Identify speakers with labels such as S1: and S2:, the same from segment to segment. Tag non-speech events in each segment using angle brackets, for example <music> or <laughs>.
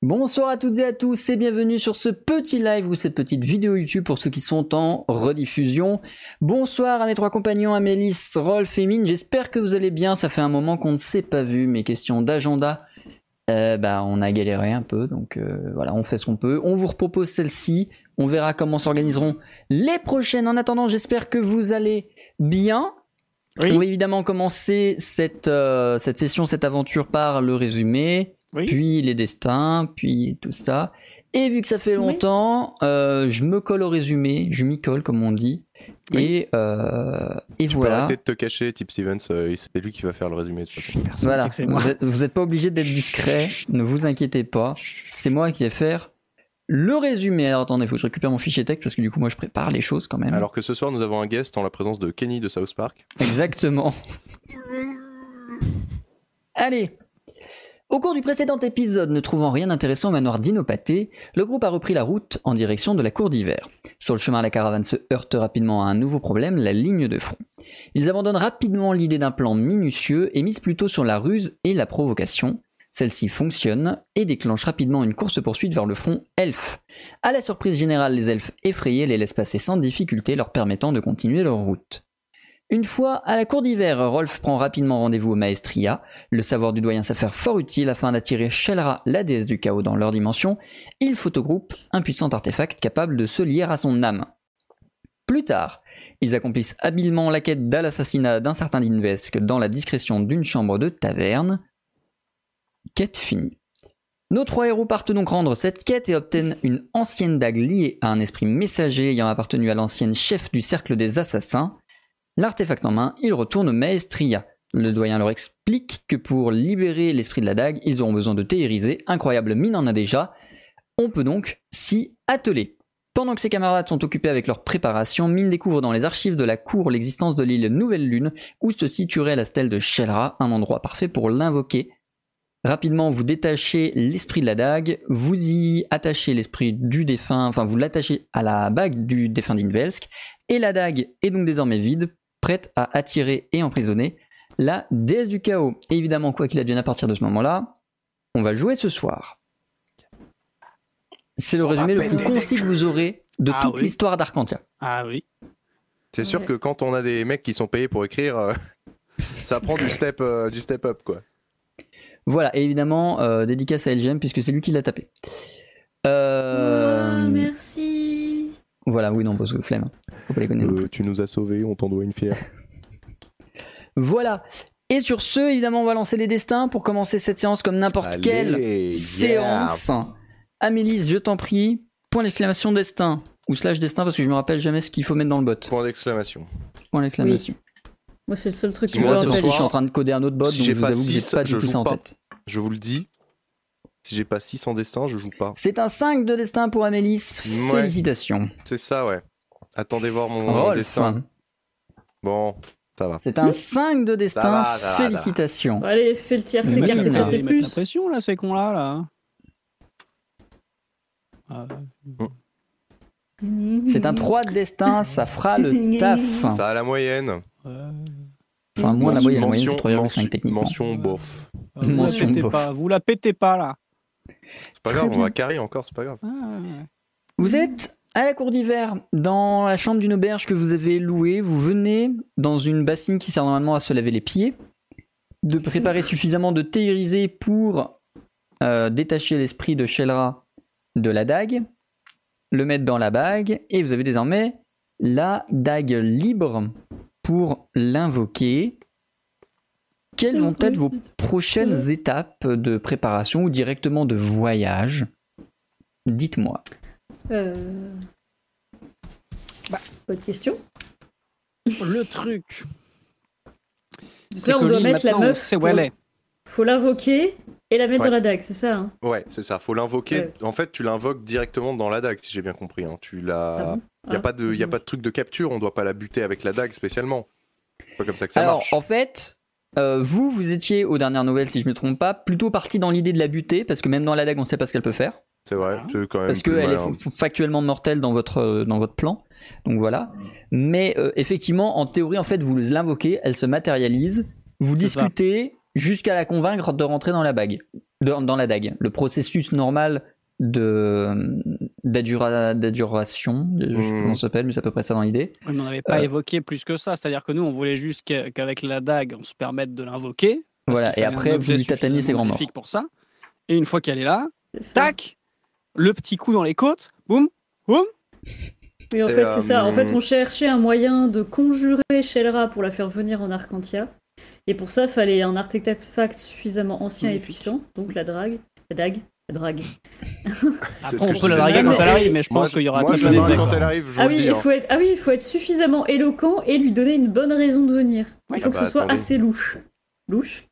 S1: Bonsoir à toutes et à tous et bienvenue sur ce petit live ou cette petite vidéo YouTube pour ceux qui sont en rediffusion. Bonsoir à mes trois compagnons Amélis, Rolf et Mine. J'espère que vous allez bien. Ça fait un moment qu'on ne s'est pas vu. Mes questions d'agenda, euh, bah, on a galéré un peu. Donc euh, voilà, on fait ce qu'on peut. On vous repropose celle-ci. On verra comment s'organiseront les prochaines. En attendant, j'espère que vous allez bien.
S2: Oui.
S1: On va évidemment commencer cette, euh, cette session, cette aventure par le résumé
S2: Oui.
S1: puis les destins, puis tout ça. Et vu que ça fait longtemps, euh, je me colle au résumé, je m'y colle comme on dit. Et, euh, et
S2: Tu peux
S1: voilà.
S2: arrêter de te cacher, Tip Stevens. euh, c'est lui qui va faire le résumé. de toute façon.
S1: voilà.
S3: sait que c'est moi.
S1: Vous êtes- vous n'êtes pas obligé d'être discret, ne vous inquiétez pas. C'est moi qui vais faire le résumé. Alors attendez, faut que je récupère mon fichier texte parce que du coup, moi, je prépare les choses quand même.
S2: Alors que ce soir, nous avons un guest en la présence de Kenny de South Park.
S1: Exactement. Allez. Au cours du précédent épisode, ne trouvant rien d'intéressant au manoir d'Inopaté, le groupe a repris la route en direction de la cour d'hiver. Sur le chemin, la caravane se heurte rapidement à un nouveau problème, la ligne de front. Ils abandonnent rapidement l'idée d'un plan minutieux et misent plutôt sur la ruse et la provocation. Celle-ci fonctionne et déclenche rapidement une course-poursuite vers le front elfe. À la surprise générale, les elfes effrayés les laissent passer sans difficulté, leur permettant de continuer leur route. Une fois à la cour d'hiver, Rolf prend rapidement rendez-vous au Maestria. Le savoir du doyen s'affaire fort utile afin d'attirer Shelra, la déesse du chaos, dans leur dimension. Il photogroupe un puissant artefact capable de se lier à son âme. Plus tard, ils accomplissent habilement la quête d'à l'assassinat d'un certain Dinvesque dans la discrétion d'une chambre de taverne. Quête finie. Nos trois héros partent donc rendre cette quête et obtiennent une ancienne dague liée à un esprit messager ayant appartenu à l'ancienne chef du cercle des assassins. L'artefact en main, ils retournent au Maestria. Le doyen leur explique que pour libérer l'esprit de la dague, ils auront besoin de théériser. Incroyable, mine en a déjà. On peut donc s'y atteler. Pendant que ses camarades sont occupés avec leur préparation, Mine découvre dans les archives de la cour l'existence de l'île Nouvelle Lune, où se situerait la stèle de Shelra, un endroit parfait pour l'invoquer. Rapidement, vous détachez l'esprit de la dague, vous y attachez l'esprit du défunt, enfin vous l'attachez à la bague du défunt d'Invelsk, et la dague est donc désormais vide, prête à attirer et emprisonner la déesse du chaos. Et évidemment, quoi qu'il advienne à partir de ce moment-là, on va jouer ce soir. C'est le
S2: On va
S1: résumé le plus
S2: peindre des
S1: concis que vous aurez de
S3: Ah
S1: toute
S3: oui.
S1: l'histoire d'Arcantia.
S3: Ah oui.
S2: C'est sûr
S4: Ouais.
S2: que quand on a des mecs qui sont payés pour écrire, euh, <laughs> ça prend du step, euh, du step up quoi.
S1: Voilà, et évidemment, euh, dédicace à LGM puisque c'est lui qui l'a tapé. Euh,
S4: Ouah, merci.
S1: voilà, oui, non, parce que flemme. Faut pas les connaître.
S2: Euh, tu nous as sauvés, on t'en doit une fière.
S1: Voilà. Et sur ce, évidemment, on va lancer les destins pour commencer cette séance comme n'importe
S2: Allez,
S1: quelle
S2: yeah.
S1: séance. Amélie, je t'en prie, point d'exclamation destin. Ou slash destin parce que je me rappelle jamais ce qu'il faut mettre dans le bot.
S2: Point d'exclamation.
S1: Point d'exclamation.
S4: Moi, c'est le seul truc qui
S2: Oui.
S4: me
S2: Moi,
S1: Moi, c'est
S2: ce
S1: pour ça que
S4: rappelle.
S1: je
S2: soir,
S1: suis en train de coder un autre bot,
S2: si
S1: donc je
S2: j'ai
S1: vous
S2: pas
S1: avoue que j'ai
S2: six,
S1: pas du
S2: je
S1: tout
S2: joue
S1: ça en
S2: pas.
S1: tête.
S2: Je vous le dis, si j'ai pas 6 en destin, je joue pas.
S1: C'est un 5 de destin pour Amélie.
S2: Ouais.
S1: Félicitations.
S2: C'est ça ouais. Attendez voir mon
S1: Rolf,
S2: destin. Bon, ça va.
S1: C'est un 5 de destin.
S2: Ça va, ça va, ça va.
S1: Félicitations.
S4: Allez, fais le tiers, c'est
S1: Mais
S4: garde
S1: maintenant,
S4: peut-être
S1: il
S4: tes
S3: Ils mettent la
S4: plus.
S3: pression là, ces cons-là. Là. hein. Ah,
S1: C'est un 3 de destin, ça fera le taf.
S2: Ça a la moyenne.
S3: euh,
S1: Enfin, moins la moyenne, la moyenne,
S2: mention,
S1: c'est 3,5
S2: mention-
S1: techniquement.
S2: mention bof.
S3: euh, vous, la
S1: Mention
S3: pétez
S1: bof.
S3: pas, vous la pétez pas là.
S2: C'est pas
S1: Très
S2: grave, on
S1: bien.
S2: va carrer encore, c'est pas grave.
S3: Ah, ouais.
S1: Vous êtes à la cour d'hiver, dans la chambre d'une auberge que vous avez louée. Vous venez dans une bassine qui sert normalement à se laver les pieds, de préparer suffisamment de thé irisé pour euh, détacher l'esprit de Shelra de la dague, le mettre dans la bague, et vous avez désormais la dague libre pour l'invoquer. Quelles vont être vos prochaines étapes de préparation ou directement de voyage Dites-moi.
S4: Euh... Bah, bonne question.
S3: Le truc.
S4: là, on
S3: que
S4: doit
S3: lui,
S4: mettre la
S3: maintenant, on
S4: meuf
S3: sait où
S4: pour-
S3: elle est.
S4: Faut l'invoquer et la mettre
S2: Ouais.
S4: dans la dague, c'est ça hein
S2: Ouais, c'est ça. Faut l'invoquer.
S4: Ouais.
S2: En fait, tu l'invoques directement dans la dague, si j'ai bien compris. hein. Tu la.
S4: Ah bon
S2: y a
S4: Ah,
S2: pas de, y a
S4: dommage.
S2: pas de truc de capture. On doit pas la buter avec la dague spécialement. C'est pas comme ça que ça
S1: Alors,
S2: marche.
S1: en fait, euh, vous, vous étiez, aux dernières nouvelles, si je ne me trompe pas, plutôt parti dans l'idée de la buter, parce que même dans la dague, on ne sait pas ce qu'elle peut faire,
S2: C'est vrai. C'est quand même.
S1: parce
S2: plus
S1: qu'elle est
S2: malin.
S1: fa- factuellement mortelle dans votre, euh, dans votre plan. Donc voilà. Mais euh, effectivement, en théorie, en fait, vous l'invoquez, elle se matérialise, vous
S3: C'est ça.
S1: discutez jusqu'à la convaincre de rentrer dans la bague, dans, dans la dague. Le processus normal de d'adjura- d'adjuration, je sais plus
S2: Mm.
S1: comment ça s'appelle, mais c'est à peu près ça dans l'idée.
S3: Oui, mais on n'avait pas
S1: Euh,
S3: évoqué plus que ça. C'est-à-dire que nous, on voulait juste que- qu'avec la dague, on se permette de l'invoquer. parce
S1: Voilà,
S3: qu'il
S1: et
S3: fallait un
S1: après, vous
S3: objet
S1: lui tataniez ses
S3: suffisamment
S1: grands morts.
S3: magnifique pour ça. Et une fois qu'elle est là,
S4: c'est ça.
S3: tac, le petit coup dans les côtes, boum, boum.
S4: Oui, en
S2: Et,
S4: fait, c'est
S2: euh,
S4: ça. En fait, on cherchait un moyen de conjurer Shelra pour la faire venir en Arcantia. Et pour ça, fallait un artefact suffisamment ancien et
S3: Magnifique.
S4: puissant, donc la drague, la dague, la drague.
S2: C'est
S3: Après,
S2: ce que
S3: on
S2: je
S3: peut la
S2: disais.
S3: draguer
S4: Non,
S3: quand elle
S4: mais-
S3: arrive, mais je
S2: Moi,
S3: pense qu'il y aura
S2: moi,
S3: très
S2: je
S3: peu
S2: la drague
S3: d'effets.
S2: quand elle arrive. Je
S4: Ah
S2: vous
S4: oui,
S2: le dis.
S4: il
S2: hein.
S4: faut être, ah oui, il faut être suffisamment éloquent et lui donner une bonne raison de venir.
S3: Oui.
S4: Il
S2: Ah
S4: faut que
S2: bah,
S4: ce soit
S2: attendez.
S4: assez louche. Louche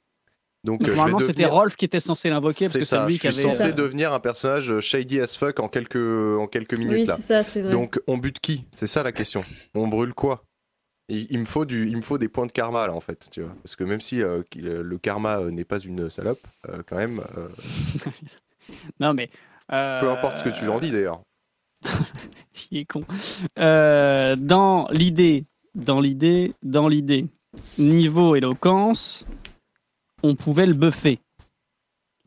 S2: Donc, euh, je vais
S3: Normalement, c'était
S2: devenir-
S3: Rolf qui était censé l'invoquer parce
S2: C'est
S3: que c'est
S2: ça.
S3: lui
S2: Je
S3: qui
S2: suis
S3: avait.
S2: censé
S3: euh,
S2: devenir un personnage shady as fuck en quelques en quelques minutes
S4: Oui,
S2: là.
S4: c'est ça, c'est vrai.
S2: Donc on bute qui C'est ça la question. On brûle quoi il, il me faut du, il me faut des points de karma là en fait, tu vois. Parce que même si euh, qu'il- euh, le karma euh, n'est pas une salope, euh, quand même, euh,
S3: Non, mais. euh,
S2: peu importe ce que tu en dis d'ailleurs.
S3: <laughs> Il est con. Euh, dans l'idée, dans l'idée, dans l'idée, niveau éloquence, on pouvait le buffer.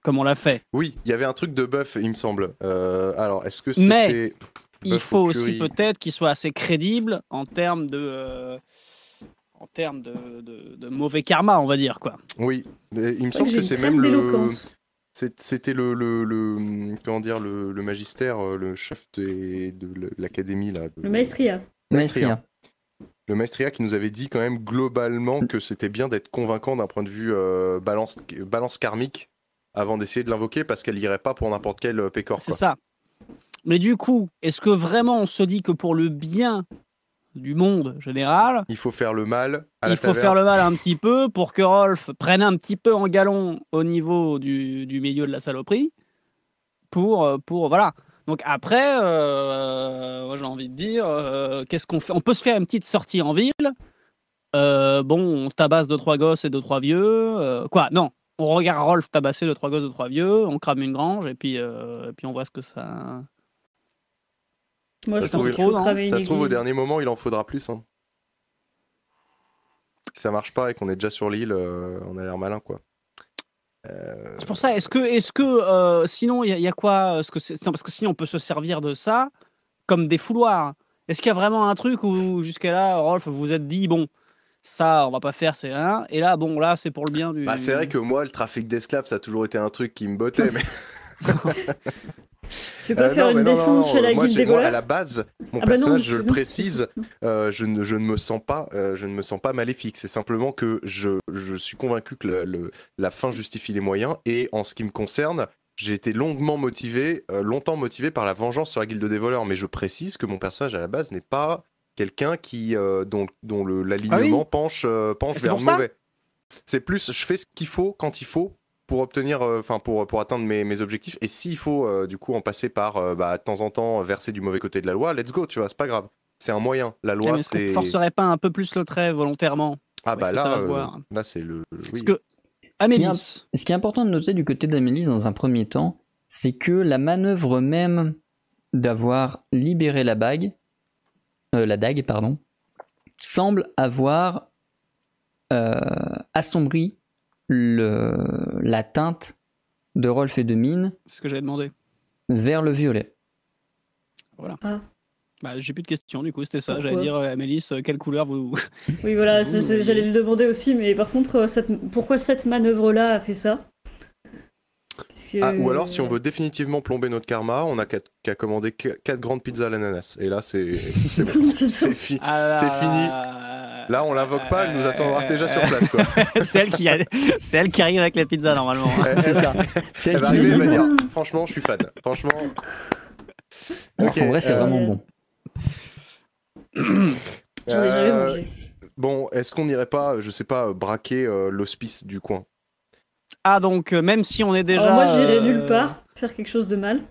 S3: Comme on l'a fait.
S2: Oui, il y avait un truc de buff, il me semble. Euh, alors est-ce que c'était
S3: Mais Il
S2: buff
S3: faut
S2: ou
S3: aussi
S2: curry
S3: peut-être qu'il soit assez crédible en termes de. euh, en termes de, de- de mauvais karma, on va dire, quoi.
S2: Oui, mais il me
S4: C'est vrai
S2: semble
S4: j'ai
S2: que
S4: une
S2: c'est
S4: crème
S2: même le,
S4: d'éloquence.
S2: c'est- c'était le, le, le- comment dire le, le magistère, euh, le chef des- de, l'académie là. de-
S4: Le maestria.
S2: Maestria. le maestria qui nous avait dit quand même globalement que c'était bien d'être convaincant d'un point de vue euh, balance, balance karmique avant d'essayer de l'invoquer parce qu'elle irait pas pour n'importe quel euh, pécor.
S3: C'est
S2: Quoi.
S3: ça. Mais du coup, est-ce que vraiment on se dit que pour le bien du monde général,
S2: Il faut faire le mal à la
S3: il faut faire le mal un petit peu pour que Rolf prenne un petit peu en galon au niveau du, du milieu de la saloperie. Pour, euh, pour voilà. Donc après, euh, moi j'ai envie de dire, euh, qu'est-ce qu'on fait On peut se faire une petite sortie en ville. Euh, bon, on tabasse deux trois gosses et deux trois vieux. euh, quoi Non, on regarde Rolf tabasser deux trois gosses, deux trois vieux. On crame une grange et puis euh, et puis on voit ce que ça.
S4: Moi,
S2: Ça
S4: je pense
S2: se trouve,
S4: qu'il faut
S3: non
S4: cramer une
S2: Ça se trouve au
S4: église.
S2: dernier moment il en faudra plus. Hein. Si ça marche pas et qu'on est déjà sur l'île, euh, on a l'air malin quoi. Euh,
S3: C'est pour ça, est-ce que, est-ce que euh, sinon, il y, a- il y a quoi euh, ce que c'est- non, Parce que sinon, on peut se servir de ça comme des fouloirs. Est-ce qu'il y a vraiment un truc où, jusqu'à là, Rolf, vous vous êtes dit, bon, ça, on va pas faire, c'est un. Et là, bon, là, c'est pour le bien du.
S2: bah, c'est vrai que moi le trafic d'esclaves ça a toujours été un truc qui me bottait. mais-
S4: Tu veux pas
S2: Euh,
S4: faire
S2: non, mais
S4: une
S2: non, non,
S4: descente
S2: non,
S4: chez la
S2: moi,
S4: guilde
S2: j'ai-
S4: des
S2: moi, à
S4: voleurs
S2: la base, mon
S4: Ah bah non,
S2: personnage, je
S4: je-
S2: le
S4: non.
S2: précise, Euh, je, ne, je ne me sens pas, euh, je ne me sens pas maléfique. C'est simplement que je, je suis convaincu que le- le- la fin justifie les moyens. Et en ce qui me concerne, j'ai été longuement motivé, euh, longtemps motivé par la vengeance sur la guilde des voleurs. Mais je précise que mon personnage à la base n'est pas quelqu'un qui euh, dont, dont le- l'alignement
S3: Ah
S2: penche euh, penche
S3: C'est
S2: vers
S3: pour
S2: le
S3: ça
S2: mauvais. C'est plus, je fais ce qu'il faut quand il faut pour obtenir, euh, enfin pour pour atteindre mes, mes objectifs. Et s'il faut euh, du coup en passer par euh, bah, de temps en temps verser du mauvais côté de la loi, let's go, tu vois, c'est pas grave. C'est un moyen. La
S3: Tiens,
S2: loi,
S3: mais est-ce qu'on
S2: c'est
S3: forcerait pas un peu plus le trait volontairement Ou
S2: ah
S3: est-ce
S2: bah
S3: que ça
S2: là,
S3: va se
S2: euh,
S3: voir
S2: là c'est le. oui.
S3: Parce que.
S1: qu'il y a-
S3: Amélis,
S1: Ce qui est important de noter du côté d'Amélie dans un premier temps, c'est que la manœuvre même d'avoir libéré la bague, euh, la dague, pardon, semble avoir euh, assombri le, la teinte de Rolf et de Mine
S3: c'est ce que j'avais demandé.
S1: vers le violet.
S3: Voilà.
S4: Ah.
S3: Bah, j'ai plus de questions, du coup, c'était ça. J'allais
S4: Pourquoi
S3: dire, euh, Amélis, euh, quelle couleur
S2: <laughs>
S3: vous.
S4: Oui, voilà,
S3: Ouh.
S4: c'est- c'est- j'allais le demander aussi, mais par contre, euh, cette- pourquoi cette manœuvre-là a fait ça Parce que-
S2: Ah, ou alors,
S3: euh,
S2: si on veut définitivement plomber notre karma, on a qu'à qu'à commander 4 grandes pizzas à l'ananas. Et
S3: <laughs>
S2: là, c'est c'est bon. C'est fini.
S3: Ah
S2: C'est fini.
S3: fini.
S2: Là, on l'invoque pas, elle nous attendra déjà sur place. Quoi.
S3: <laughs> c'est, elle qui a- c'est elle qui arrive avec la pizza, normalement. hein.
S2: Elle,
S1: C'est ça. C'est
S2: elle
S1: elle
S2: va
S1: qui
S2: arriver,
S1: dit-
S2: elle va dire Franchement, je suis fan. Franchement.
S1: Alors
S2: Ok,
S1: qu'en vrai, c'est
S2: euh,
S1: vraiment bon.
S4: J'en ai jamais
S2: euh,
S4: mangé.
S2: Bon, est-ce qu'on n'irait pas, euh, je sais pas, braquer euh, l'hospice du coin
S3: Ah, donc, euh, même si on est déjà.
S4: Alors moi, j'irai
S3: euh,
S4: nulle part faire quelque chose de mal.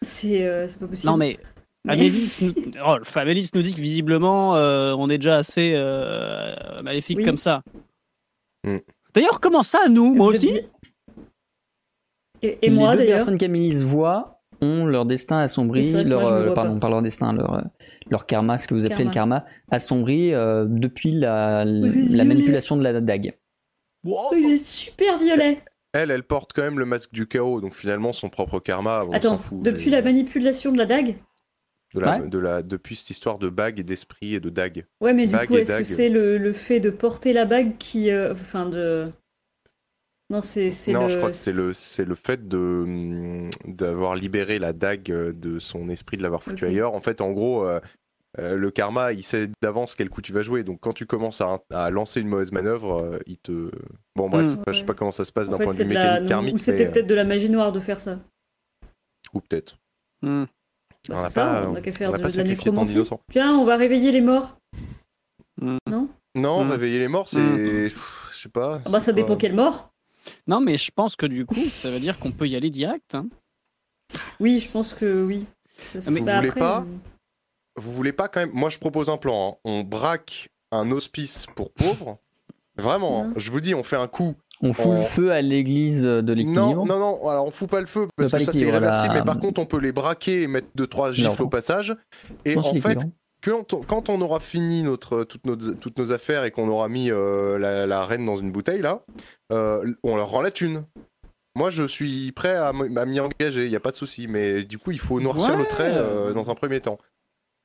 S4: C'est euh, c'est pas possible.
S3: Non, mais.
S4: Mais-
S3: Amélis nous... Rolf, Amélis nous dit que visiblement euh, on est déjà assez euh, maléfique
S4: Oui.
S3: comme ça.
S2: Mm.
S3: D'ailleurs, comment ça, nous Moi
S4: Vous êtes
S3: aussi
S4: bien- Et, et moi
S1: les deux
S4: d'ailleurs.
S1: personnes qu'Amélie se voit ont leur destin
S4: Oui,
S1: assombri,
S4: c'est vrai que
S1: leur,
S4: moi, je me
S1: euh,
S4: vois
S1: pardon,
S4: pas.
S1: par leur destin, leur, euh, leur karma, ce que vous appelez le karma, assombri euh, depuis la,
S4: êtes
S1: la
S4: violés.
S1: manipulation de la dague.
S3: Wow.
S4: Oh, Il est super violet.
S2: Elle, elle porte quand même le masque du chaos, donc finalement, son propre karma. on s'en
S4: Attends,
S2: fout,
S4: depuis
S2: mais-
S4: la manipulation de la dague
S2: de la,
S1: Ouais.
S2: de la- Depuis cette histoire de bague et d'esprit et de dague.
S4: Ouais, mais du
S2: Bague
S4: coup,
S2: et
S4: est-ce que
S2: dague.
S4: c'est le, le fait de porter la bague qui. euh, Enfin, de. Non, c'est c'est
S2: Non,
S4: le.
S2: je crois que c'est le, c'est le fait de mm, d'avoir libéré la dague euh, de son esprit, de l'avoir foutu
S4: Ok.
S2: ailleurs. En fait, en gros, euh, euh, le karma, il sait d'avance quel coup tu vas jouer. Donc, quand tu commences à, à lancer une mauvaise manœuvre, euh, il te. Bon, bref,
S3: Mm.
S2: enfin, je sais pas comment ça se passe
S4: Hmm. En
S2: d'un
S4: fait,
S2: point de
S4: c'est
S2: vue
S4: de la-
S2: mécanique karmique,
S4: Ou
S2: mais,
S4: c'était
S2: euh,
S4: peut-être de la magie noire de faire ça.
S2: ou peut-être.
S3: Mm.
S4: Bah,
S2: On
S4: c'est
S2: n'a
S4: ça,
S2: pas-
S4: on a qu'à faire
S2: on n'a
S4: de,
S2: pas
S4: de la
S2: sacrifié tant
S4: nécromancie.
S2: d'innocents.
S4: Tiens, on va réveiller les morts.
S2: Ah, Non,
S3: Mm.
S2: réveiller les morts, c'est.
S3: Mm.
S2: Pff, Je sais pas.
S4: Mmh. Ah bah,
S2: c'est
S4: ça
S2: pas-
S4: dépend quelle mort.
S3: Non, mais je pense que du coup, ça veut dire qu'on peut y aller direct. hein.
S4: Oui, je pense que oui. Ça, c'est
S2: Mais- Vous voulez pas
S4: euh,
S2: vous voulez pas quand même. Moi, je propose un plan. hein. On braque un hospice pour
S4: <laughs>
S2: pauvres. Vraiment,
S4: Mmh.
S2: hein. je vous dis, on fait un coup.
S1: On fout le
S2: Oh.
S1: feu à l'église de l'équilibre.
S2: Non, non, non, alors on fout pas le feu parce
S1: pas
S2: que ça c'est
S1: l'équilibre,
S2: irréversible,
S1: la-
S2: mais par contre on peut les braquer et mettre deux trois gifles
S1: Non.
S2: au passage. Et
S1: Non, c'est
S2: en fait,
S1: l'équilibre.
S2: quand on, quand on aura fini notre, toutes, nos, toutes nos affaires et qu'on aura mis euh, la, la reine dans une bouteille là, euh, on leur rend la thune. Moi je suis prêt à, m- à m'y engager, il n'y a pas de souci, mais du coup il faut noircir
S3: Ouais.
S2: le trait euh, dans un premier temps.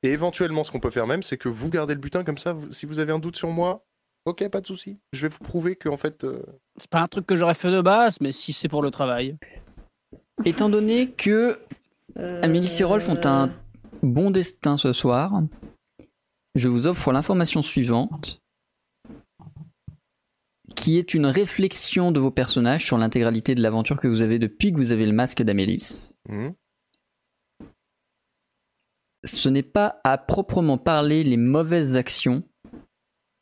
S2: Et éventuellement ce qu'on peut faire même, c'est que vous gardez le butin comme ça, vous- si vous avez un doute sur moi, ok, pas de souci, je vais vous prouver que en fait. euh,
S3: C'est pas un truc que j'aurais fait de base, mais si c'est pour le travail.
S1: Étant donné que
S4: euh,
S1: Amélie et Rolf ont un bon destin ce soir, je vous offre l'information suivante, qui est une réflexion de vos personnages sur l'intégralité de l'aventure que vous avez depuis que vous avez le masque d'Amélis.
S2: hmm.
S1: Ce n'est pas à proprement parler les mauvaises actions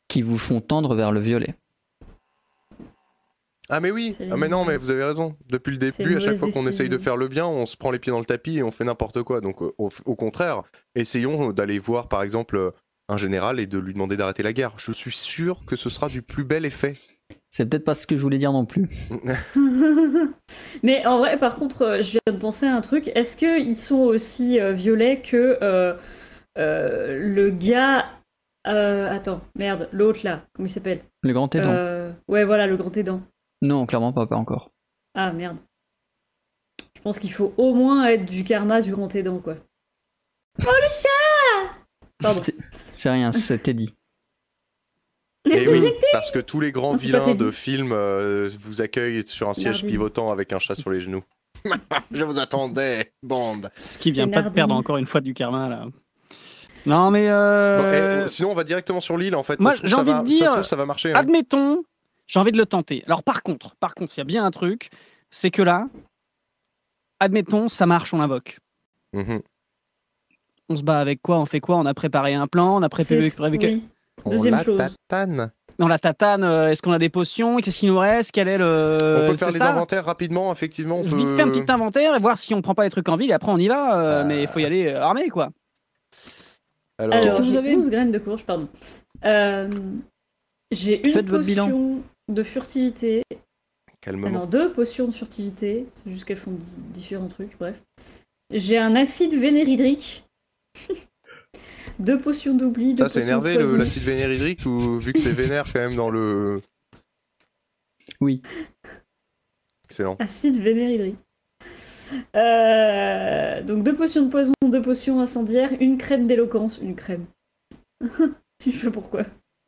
S1: qui vous font tendre vers le violet.
S2: Ah mais oui,
S4: C'est
S2: ah mais non mais vous avez raison. Depuis le
S4: C'est une
S2: début, à chaque
S4: mauvaise
S2: fois qu'on essaye de
S4: décision.
S2: faire le bien, on se prend les pieds dans le tapis et on fait n'importe quoi. Donc euh, au, au contraire, essayons euh, d'aller voir par exemple euh, un général et de lui demander d'arrêter la guerre. Je suis sûr que ce sera du plus bel effet.
S1: C'est peut-être pas ce que je voulais dire non plus.
S4: Mais en vrai, par contre, euh, je viens de penser à un truc. Est-ce qu'ils sont aussi euh, violets que euh, euh, le gars. euh, attends, merde, l'autre là, comment il s'appelle
S1: Le grand aidant.
S4: Euh, Ouais, voilà, le grand aidant.
S1: Non, clairement pas, pas encore.
S4: Ah merde. Je pense qu'il faut au moins être du karma du grand aidant, quoi. Oh le chat Pardon.
S1: C'est- C'est rien, <laughs> c'était dit. Eh
S4: <laughs>
S2: Et oui, parce que tous les grands
S4: Non, c'est pas
S2: vilains
S4: Teddy.
S2: de films euh, vous accueillent sur un siège
S4: Nardi.
S2: pivotant avec un chat sur les genoux. <laughs> Je vous attendais, bande.
S3: Ce qui
S4: C'est
S3: vient pas de
S4: Nardine.
S3: perdre encore une fois du karma, là. Non, mais. euh,
S2: Bon, eh, sinon, on va directement sur l'île en fait.
S3: moi,
S2: Ça se trouve,
S3: j'ai
S2: ça
S3: envie
S2: va-
S3: de
S2: ça se
S3: dire-
S2: trouve, ça va marcher. hein.
S3: Admettons, j'ai envie de le tenter. Alors, par contre, par contre, il y a bien un truc, c'est que là, admettons, ça marche, on l'invoque.
S2: Mhm.
S3: On se bat avec quoi On fait quoi On a préparé un plan, on a
S4: C'est
S3: préparé.
S4: ce- oui. Deuxième
S2: on la
S4: chose.
S2: tatane.
S3: Dans la tatane, euh, est-ce qu'on a des potions Qu'est-ce qu'il nous reste Quel est le.
S2: On peut faire
S3: Euh, c'est
S2: les
S3: ça
S2: inventaires rapidement, effectivement. On peut...
S3: Vite faire un petit inventaire et voir si on prend pas les trucs en ville et après on y va. euh,
S2: Euh.
S3: Mais il faut y aller euh, armé quoi.
S2: Alors,
S4: Alors,
S1: Si vous
S4: j'ai
S1: avez-
S4: 11 graines de courge, pardon. Euh, j'ai une
S1: Faites
S4: potion
S1: votre bilan.
S4: de furtivité. Ah
S2: calmement.
S4: non, deux potions de furtivité. C'est juste qu'elles font di- différents trucs, bref. J'ai un acide vénéridrique. <laughs> deux potions d'oubli. deux
S2: Ça, c'est
S4: potions
S2: énervé,
S4: de
S2: le-
S4: poison. <laughs>
S2: l'acide vénéridrique, ou vu
S3: <laughs>
S2: que c'est vénère quand même dans le.
S1: Oui.
S2: Excellent.
S4: Acide vénéridrique. Euh, donc deux potions de poison, deux potions incendiaires, une crème d'éloquence, une crème. <laughs> Je sais pas pourquoi.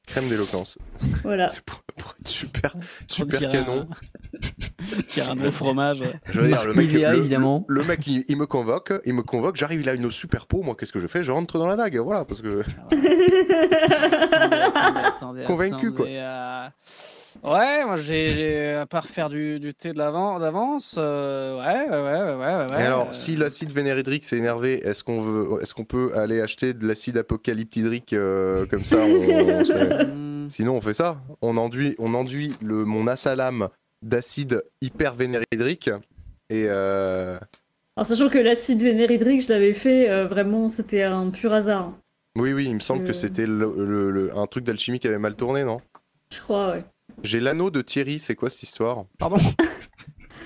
S2: Crème d'éloquence.
S4: Voilà.
S2: C'est pour, pour être super,
S3: On
S2: super
S3: dirait
S2: canon.
S3: un- Tirer un beau fromage.
S2: Je veux dire, le mec,
S1: Nivea,
S2: le-
S1: évidemment.
S2: le mec il, il me convoque, il me convoque, j'arrive, il a une super peau, moi qu'est-ce que je fais Je rentre dans la dague, voilà, parce que
S3: Attendez,
S4: <laughs>
S3: attendez,
S2: Convaincu,
S3: attendez, euh, Ouais, moi j'ai- j'ai à part faire du, du thé de l'avant d'avance, euh, ouais, ouais, ouais, ouais, ouais, ouais.
S2: Et alors,
S3: euh,
S2: si l'acide vénéridrique s'est énervé, est-ce qu'on veut, est-ce qu'on peut aller acheter de l'acide apocalyptidrique euh, comme ça on- on se-
S3: hmm,
S2: Sinon, on fait ça. On enduit, on enduit le mon asalam d'acide hyper vénéridrique et euh,
S4: En sachant que l'acide vénéridrique, je l'avais fait, euh, vraiment, c'était un pur hasard. hein.
S2: oui, oui, il me semble
S4: Euh.
S2: que c'était le- le- le- un truc d'alchimie qui avait mal tourné, non
S4: Je crois, ouais.
S2: J'ai l'anneau de Thierry, c'est quoi cette histoire
S3: Pardon.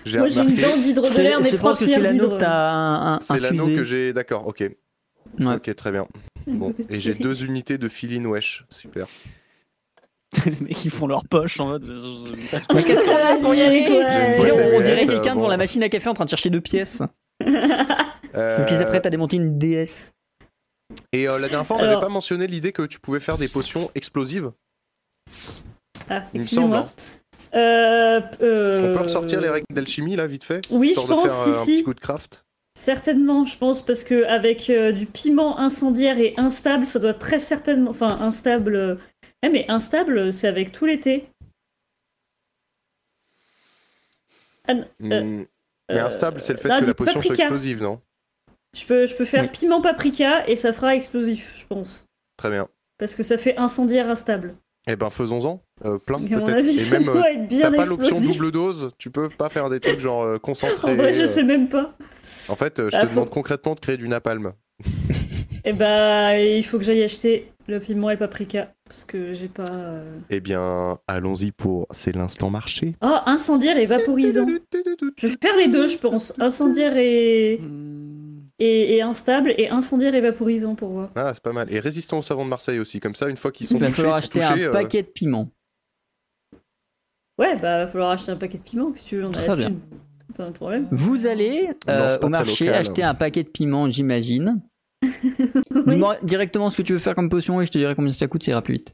S2: J'ai
S4: Moi, j'ai une dent d'hydre de
S1: C'est-
S4: l'air, mais
S1: je
S4: trois
S1: pense que c'est
S4: pierres
S1: l'anneau
S4: d'hydre.
S1: que t'as un- un-
S2: c'est l'anneau
S1: infusé.
S2: que j'ai. D'accord, ok.
S1: Ouais.
S2: Ok, très bien. Bon. Et j'ai deux unités de filine wesh, super.
S3: <laughs> les mecs ils font leur poche en mode.
S1: Mais qu'est-ce
S4: <laughs> Ah,
S1: qu'on a pour y aller
S2: J'ai
S1: Tu sais,
S2: une boîte
S1: on, on dirait
S2: à lunettes,
S1: quelqu'un
S2: euh,
S1: devant
S2: bon.
S1: la machine à café en train de chercher deux pièces.
S2: Euh,
S1: Donc ils s'apprêtent à démonter une DS.
S2: Et euh, la dernière fois, on n'avait
S4: Alors-
S2: pas mentionné l'idée que tu pouvais faire des potions explosives.
S4: Ah,
S2: Il me semble. hein.
S4: excusez-moi. Euh, p- euh,
S2: On peut ressortir les règles d'alchimie là, vite fait,
S4: Oui, je
S2: histoire de
S4: pense,
S2: faire euh,
S4: si,
S2: un
S4: si.
S2: petit coup de craft.
S4: Certainement, je pense, parce que avec euh, du piment incendiaire et instable, ça doit très certainement. Enfin, instable. euh, eh, mais instable, c'est avec tout l'été. Euh,
S2: Mm. Mais
S4: euh,
S2: instable, c'est le fait
S4: là,
S2: que
S4: du
S2: la potion soit
S4: paprika.
S2: explosive, non
S4: Je peux, je peux faire
S1: Oui.
S4: piment paprika et ça fera explosif, je pense.
S2: Très bien.
S4: Parce que ça fait incendiaire instable.
S2: Eh ben, faisons-en. Euh, plein,
S4: Donc, à mon
S2: peut-être.
S4: avis, <laughs>
S2: Et
S4: ça
S2: même, euh,
S4: doit être
S2: t'as
S4: bien
S2: pas l'option
S4: explosif.
S2: double dose. Tu peux pas faire des trucs genre euh,
S4: <laughs>
S2: concentrés.
S4: En vrai, je
S2: euh.
S4: sais même pas.
S2: En fait, euh, je
S4: Ah,
S2: te
S4: faut-
S2: demande concrètement de créer du napalm.
S4: Eh bah, il faut que j'aille acheter le piment et le paprika. Parce que j'ai pas. euh,
S2: Eh bien, allons-y pour. C'est l'instant marché.
S4: Oh, incendiaire et vaporisant. Je vais faire les deux, je pense. Incendiaire et,
S1: Hmm.
S4: et, et instable et incendiaire et vaporisant pour voir.
S2: Ah, c'est pas mal. Et résistant au savon de Marseille aussi. Comme ça, une fois qu'ils sont
S1: Il va
S2: touchés, ils
S1: falloir
S2: sont
S1: acheter
S2: touchés.
S1: un
S2: euh,
S1: paquet de piments.
S4: Ouais, bah, va falloir acheter un paquet de piment si tu veux, on a
S1: Très
S4: la
S1: bien.
S4: thune. Pas un problème.
S1: Vous allez euh,
S2: c'est pas
S1: au
S2: très
S1: marché
S2: local. hein.
S1: acheter un paquet de piments,
S4: <laughs>
S1: j'imagine. Dis-moi directement ce que tu veux faire comme potion et je te dirai combien ça coûte, ça ira plus vite.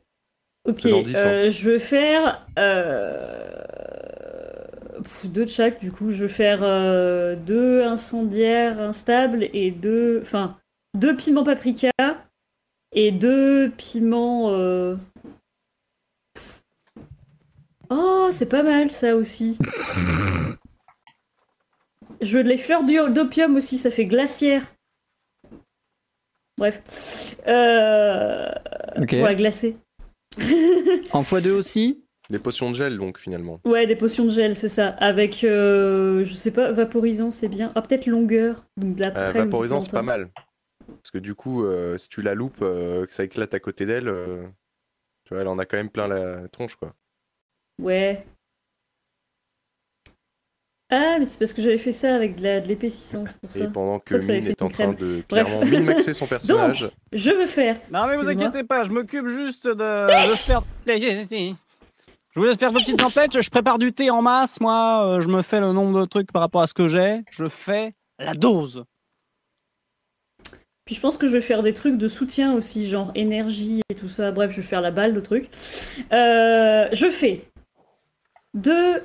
S4: Ok,
S2: Faisons dix, hein.
S4: euh, je veux faire. Euh... pff, Deux de chaque, du coup, je veux faire euh, deux incendiaires instables et deux. Enfin, deux piments paprika et deux piments. euh, Oh, c'est pas mal ça aussi. Je veux les fleurs d'u- d'opium aussi, ça fait glaciaire. Bref. Euh,
S1: Ok.
S4: Pour la glacer.
S1: En x2 aussi
S2: Des potions de gel, donc finalement.
S4: Ouais, des potions de gel, c'est ça. Avec, euh, je sais pas, vaporisant, c'est bien. Ah, peut-être longueur. Donc de la
S2: Euh,
S4: prêle, du
S2: vaporisant, c'est pas
S4: plantain.
S2: mal. Parce que du coup, euh, si tu la loupes, euh, que ça éclate à côté d'elle, euh, tu vois, elle en a quand même plein la tronche, quoi.
S4: hein. Ouais. Ah, mais c'est parce que j'avais fait ça avec de la- de l'épaississance pour
S2: Et
S4: ça.
S2: pendant que
S4: ça, ça avait
S2: Mine
S4: fait
S2: est en
S4: une crème.
S2: train de
S4: Bref.
S2: clairement
S4: <laughs>
S2: min-maxer son personnage,
S4: Je veux faire.
S3: Non mais vous
S4: Excuse-moi.
S3: inquiétez pas, je m'occupe juste de, de faire. <laughs> Je vous laisse faire vos petites empêches, je prépare du thé en masse, moi, euh, je me fais le nombre de trucs par rapport à ce que j'ai, je fais la dose.
S2: <laughs>
S4: Puis je pense que je vais faire des trucs de soutien aussi, genre énergie et tout ça. Bref, je vais faire la balle, le truc. Euh, je fais deux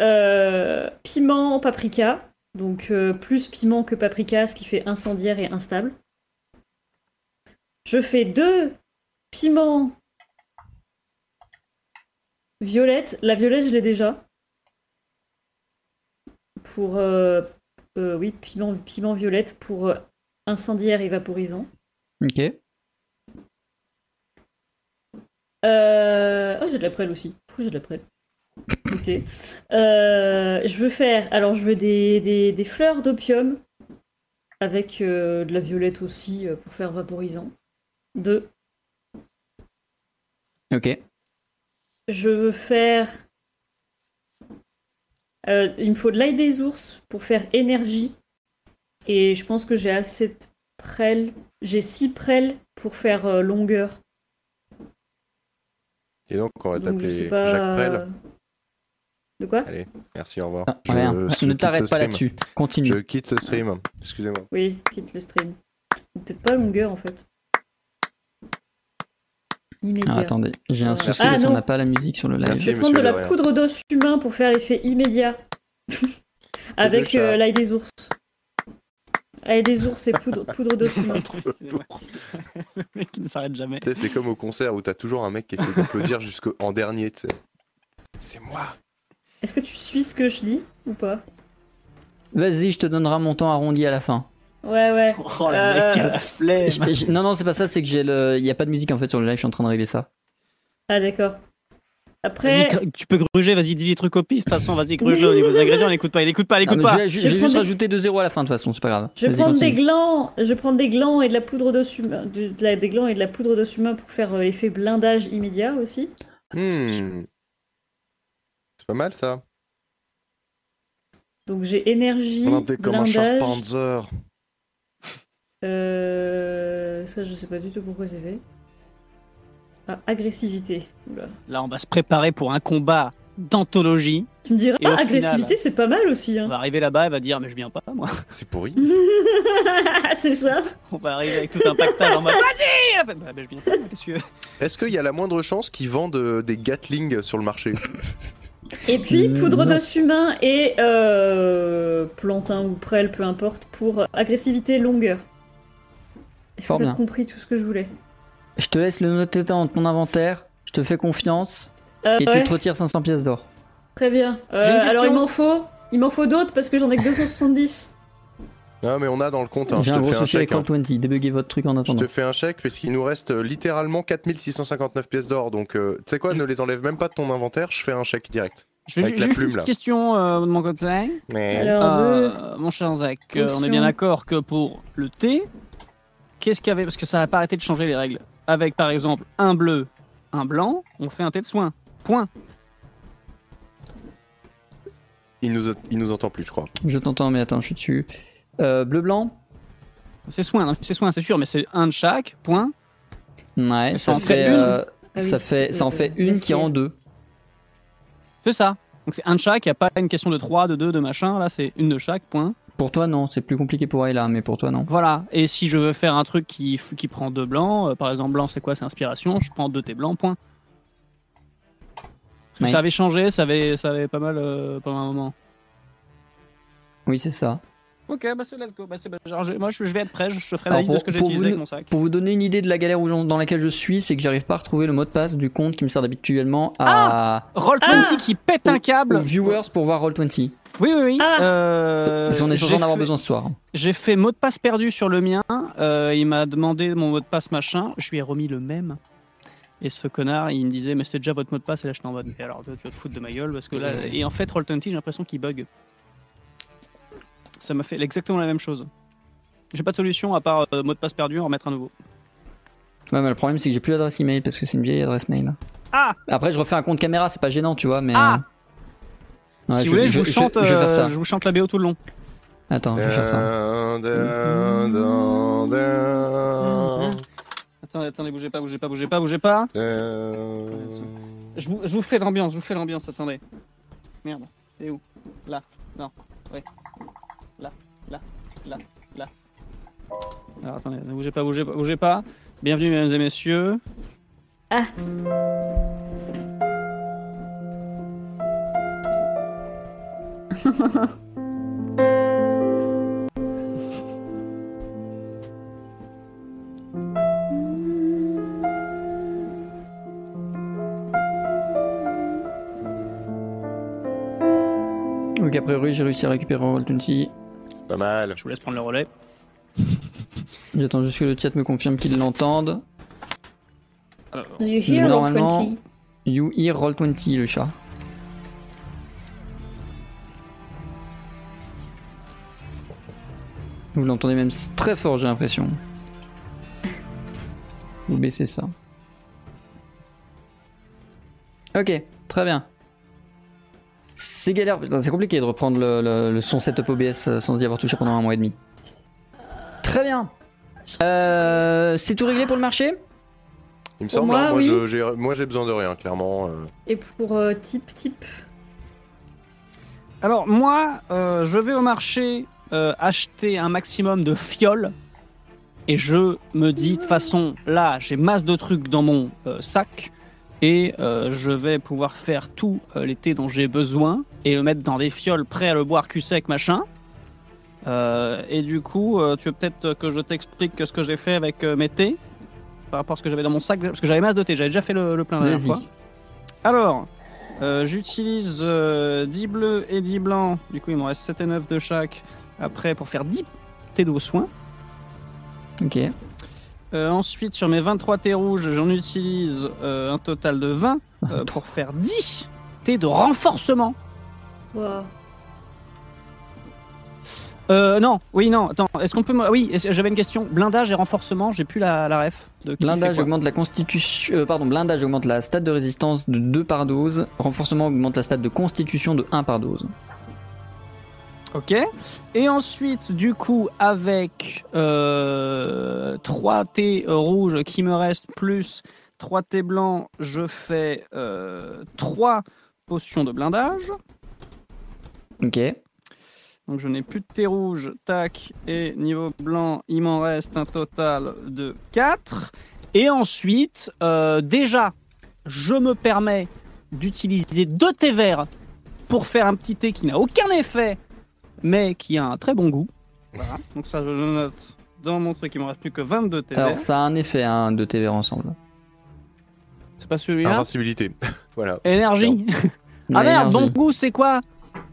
S4: euh, piments paprika, donc euh, plus piment que paprika, ce qui fait incendiaire et instable. Je fais deux piments violette. La violette, je l'ai déjà. Pour. euh, euh, oui, piment, piment violette pour euh, incendiaire et vaporisant.
S1: Ok.
S4: Euh... Oh, j'ai de la prêle aussi. Pourquoi j'ai de la prêle Ok. Euh, je veux faire. Alors, je veux des, des, des fleurs d'opium avec euh, de la violette aussi euh, pour faire vaporisant. Deux.
S1: Ok.
S4: Je veux faire. euh, il me faut de l'ail des ours pour faire énergie. Et je pense que j'ai assez de prêle. J'ai six prêles pour faire euh, longueur.
S2: et donc on va
S4: Donc, je sais
S2: t'appeler
S4: pas. euh,
S2: Jacques Prel.
S4: De quoi
S2: Allez, merci, au revoir.
S1: Ah,
S2: Je-
S1: rien.
S2: je
S1: Ne
S2: quitte ce
S1: t'arrête pas
S2: stream.
S1: là-dessus. Continue.
S2: Je quitte ce stream, excusez-moi.
S4: Oui, quitte le stream. Peut-être pas longueur en fait.
S1: Ah,
S4: Immédiat.
S1: attendez, j'ai un
S4: Ah,
S1: souci
S4: non.
S1: parce qu'on n'a pas la musique sur le live.
S2: Merci.
S4: Je vais prendre de
S2: monsieur
S4: la
S2: Lorrain.
S4: poudre d'os humain pour faire l'effet immédiat. Avec
S2: deux
S4: euh,
S2: chats.
S4: l'ail des ours. Ail des ours et poudre,
S1: <laughs>
S4: poudre d'os humain.
S3: <laughs> Le mec qui ne s'arrête jamais.
S2: Tu sais, c'est comme au concert où t'as toujours un mec qui essaie
S4: <laughs>
S2: d'applaudir jusqu'en dernier, tu sais. C'est moi
S4: Est-ce que tu suis ce que je dis ou pas
S1: Vas-y, je te donnerai mon temps arrondi à la fin.
S4: Ouais, ouais.
S3: Oh, le
S4: Euh,
S3: mec, à la flemme.
S4: ben.
S1: Je- je- non, non, c'est pas ça, c'est que j'ai le. Il n'y a pas de musique en fait sur le live, je suis en train de régler ça.
S4: Ah, d'accord.
S3: Vas-y,
S4: Après,
S3: gr- tu peux gruger, vas-y, dis des trucs au piste. De toute façon, vas-y, gruge-le au niveau des ingrédients, on n'écoute pas, il n'écoute pas, il
S1: Non,
S3: n'écoute
S1: mais J'ai
S3: pas.
S1: ju-
S4: Je
S1: j'ai
S4: prends
S1: juste
S4: des-
S1: rajouté 2-0 à la fin de toute façon, c'est pas grave.
S4: je
S1: Vas-y,
S4: prends des
S1: continue.
S4: glands, je prends des glands et de la poudre d'os humain, du- de la- des glands et de la poudre d'os humain pour faire euh, l'effet blindage immédiat aussi.
S2: Hmm. C'est pas mal ça.
S4: Donc j'ai énergie, blindage. euh, ça, je sais pas du tout pourquoi c'est fait. Ah, agressivité. Oula.
S3: Là, on va se préparer pour un combat d'anthologie.
S4: Tu me diras,
S3: Et au
S4: ah, agressivité, c'est pas mal aussi.
S3: On
S4: Hein.
S3: va arriver là-bas, elle va dire, mais je viens pas, moi. <laughs>
S2: C'est pourri.
S4: <laughs> c'est ça.
S3: On va arriver avec tout un pactage en mode, vas-y Elle fait, Bah, bah, je viens pas, qu'est-ce que tu veux
S2: Est-ce qu'il y a la moindre chance qu'ils vendent euh, des Gatling sur
S1: <laughs>
S2: le marché
S4: Et puis,
S1: Euh,
S4: poudre
S1: non.
S4: d'os humain et euh, plantain ou prêle, peu importe, pour agressivité, longueur. Est-ce que
S1: Fort
S4: vous
S1: bien.
S4: avez compris tout ce que je voulais
S1: Je te laisse le noter dans ton inventaire, je te fais confiance
S4: Euh,
S1: et
S4: ouais,
S1: tu te retires 500 pièces d'or.
S4: Très bien. Euh,
S3: J'ai une
S4: alors, il
S3: question.
S4: m'en faut, il m'en faut d'autres parce que j'en ai que 270.
S2: Non, mais on a dans le compte. hein.
S1: J'ai
S2: Je
S1: un
S2: te
S1: gros
S2: fais un
S1: souci avec
S2: chèque. hein.
S1: Call 20, débuguez votre truc en
S2: Je
S1: attendant.
S2: te fais un chèque parce qu'il nous reste euh, littéralement 4659 pièces d'or. Donc, euh, tu sais quoi, ne les enlève même pas de ton inventaire. Je fais un chèque direct.
S3: Je vais
S2: Avec
S3: ju-
S2: la
S3: juste
S2: plume,
S3: une
S2: là.
S3: petite question euh, de mon côté.
S2: Mais
S4: alors,
S3: Euh,
S4: deux.
S3: mon cher Zach, euh, on est
S4: Attention.
S3: bien d'accord que pour le thé, qu'est-ce qu'il y avait Parce que ça n'a pas arrêté de changer les règles. Avec par exemple un bleu, un blanc, on fait un thé de soin. Point.
S2: il nous, il nous entend plus, je crois.
S1: Je t'entends, mais attends, je suis dessus. Euh, Bleu-blanc
S3: C'est soin, hein, c'est soin, c'est sûr, mais c'est un de chaque, point.
S1: Ouais,
S3: Mais
S1: ça
S3: ça en fait
S1: fait.
S3: une. euh,
S1: euh,
S4: Ah oui,
S1: Ça fait-
S4: c'est-
S1: ça en fait une qui
S4: glacier.
S1: rend deux.
S3: C'est ça. Donc c'est un de chaque, il n'y a pas une question de 3, de 2, de machin. Là, c'est une de chaque, point.
S1: Pour toi, non, c'est plus compliqué pour Ayla, mais pour toi, non.
S3: Voilà. Et si je veux faire un truc qui, f- qui prend deux blancs, euh, par exemple, blanc, c'est quoi C'est inspiration, je prends deux thés blancs, point. Parce que
S1: Oui.
S3: Ça avait changé, ça avait, ça avait pas mal euh, pendant un moment.
S1: Oui, c'est ça.
S3: Ok, bah c'est let's go. Bah c'est, bah, genre, je- moi je, je vais être prêt, je, je ferai la
S1: Alors,
S3: liste
S1: Bah, pour-
S3: de ce que j'ai
S1: pour
S3: utilisé
S1: vous
S3: avec
S1: ne-
S3: mon sac.
S1: Pour vous donner une idée de la galère où j'en- dans laquelle je suis, c'est que j'arrive pas à retrouver le mot de passe du compte qui me sert habituellement à
S3: Roll20
S4: Ah
S3: qui pète un câble.
S1: aux viewers pour voir Roll20.
S3: Oui, oui, oui.
S4: Ah
S3: Euh,
S1: si on est censé
S3: j'ai
S1: en avoir
S3: fait-
S1: besoin ce soir.
S3: J'ai fait mot de passe perdu sur le mien. euh, il m'a demandé mon mot de passe machin. Je lui ai remis le même. Et ce connard, il me disait, mais c'est déjà votre mot de passe. Et là, je suis en mode, mais alors, toi, tu vas te foutre de ma gueule. Parce que là, et en fait, Roll20, j'ai l'impression qu'il bug. Ça m'a fait exactement la même chose. J'ai pas de solution à part euh, mot de passe perdu, en remettre un nouveau.
S1: Ouais, mais le problème, c'est que j'ai plus l'adresse email parce que c'est une vieille adresse mail.
S3: Ah
S1: Après, je refais un compte caméra, c'est pas gênant, tu vois, mais.
S3: Ah
S1: euh, ouais,
S3: si vous voulez, je, vous chante,
S1: Je, vais faire
S3: euh,
S1: ça.
S3: je Euh. vous chante la BO tout le long.
S1: Attends, Ah, je vais faire ça.
S2: Dun, dun,
S4: Mmh.
S2: dun, dun,
S3: Attendez, attendez, bougez pas, bougez pas, bougez pas, bougez pas.
S4: Mmh,
S2: dun.
S3: Je vous, je vous fais l'ambiance, je vous fais l'ambiance, attendez. Merde, c'est où Là, non, ouais. Là, là, là, là. Alors attendez, ne bougez pas, bougez pas, bougez pas. Bienvenue mesdames et messieurs.
S4: Ah.
S1: Donc, a priori, j'ai réussi à récupérer Roll20.
S2: Pas mal.
S3: Je vous laisse prendre le relais.
S1: J'attends juste que le chat me confirme qu'ils l'entendent.
S3: Alors,
S4: You hear
S1: Normalement-
S4: roll 20.
S1: You hear Roll20, le chat. Vous l'entendez même très fort, j'ai l'impression. Vous baissez ça. Ok, très bien. C'est galère, putain, c'est compliqué de reprendre le, le- le son setup OBS euh, sans y avoir touché pendant un mois et demi. Très bien. Euh, c'est tout réglé pour le marché
S2: Il me
S4: Pour
S2: semble,
S4: moi,
S2: hein, moi,
S4: oui.
S2: je- j'ai- moi j'ai besoin de rien, clairement. euh.
S4: Et pour euh, type, type.
S3: Alors moi, euh, je vais au marché euh, acheter un maximum de fioles et je me dis de toute façon là j'ai masse de trucs dans mon euh, sac et euh, je vais pouvoir faire tout euh, l'été dont j'ai besoin et le mettre dans des fioles prêts à le boire cul sec machin. Euh, et du coup, euh, tu veux peut-être que je t'explique ce que j'ai fait avec euh, mes thés par rapport à ce que j'avais dans mon sac parce que j'avais masse de thé, j'avais déjà fait le, le plein la dernière
S1: Vas-y.
S3: fois. Alors, euh, j'utilise euh, 10 bleus et 10 blancs. Du coup, il me reste 7 et 9 de chaque. Après, pour faire 10 thés d'eau soin.
S1: Ok.
S3: Euh, ensuite, sur mes 23 thés rouges, j'en utilise euh, un total de 20 euh, pour faire 10 thés de renforcement.
S4: Wow.
S3: Euh, non, oui, non, attends, est-ce qu'on peut. me- Oui, est-ce- j'avais une question. Blindage et renforcement, j'ai plus la, la ref. De qui fait
S1: Blindage
S3: quoi.
S1: augmente la constitution. euh, pardon, blindage augmente la stat de résistance de 2 par dose. Renforcement augmente la stat de constitution de 1 par dose.
S3: Ok. Et ensuite, du coup, avec euh, 3 thés rouges qui me restent, plus 3 thés blancs, je fais 3 potions de blindage.
S1: Ok.
S3: Donc je n'ai plus de thé rouge, tac, et niveau blanc, il m'en reste un total de 4. Et ensuite, euh, déjà, je me permets d'utiliser deux thés verts pour faire un petit thé qui n'a aucun effet, mais qui a un très bon goût. Voilà, donc ça je le note dans mon truc, il me reste plus que 22 thés
S1: Alors
S3: verts.
S1: ça a un effet hein, de TV ensemble.
S3: C'est pas celui-là
S2: Invincibilité. <laughs> voilà.
S3: Énergie Ah
S1: La
S3: merde, bon
S1: énergie.
S3: goût, c'est quoi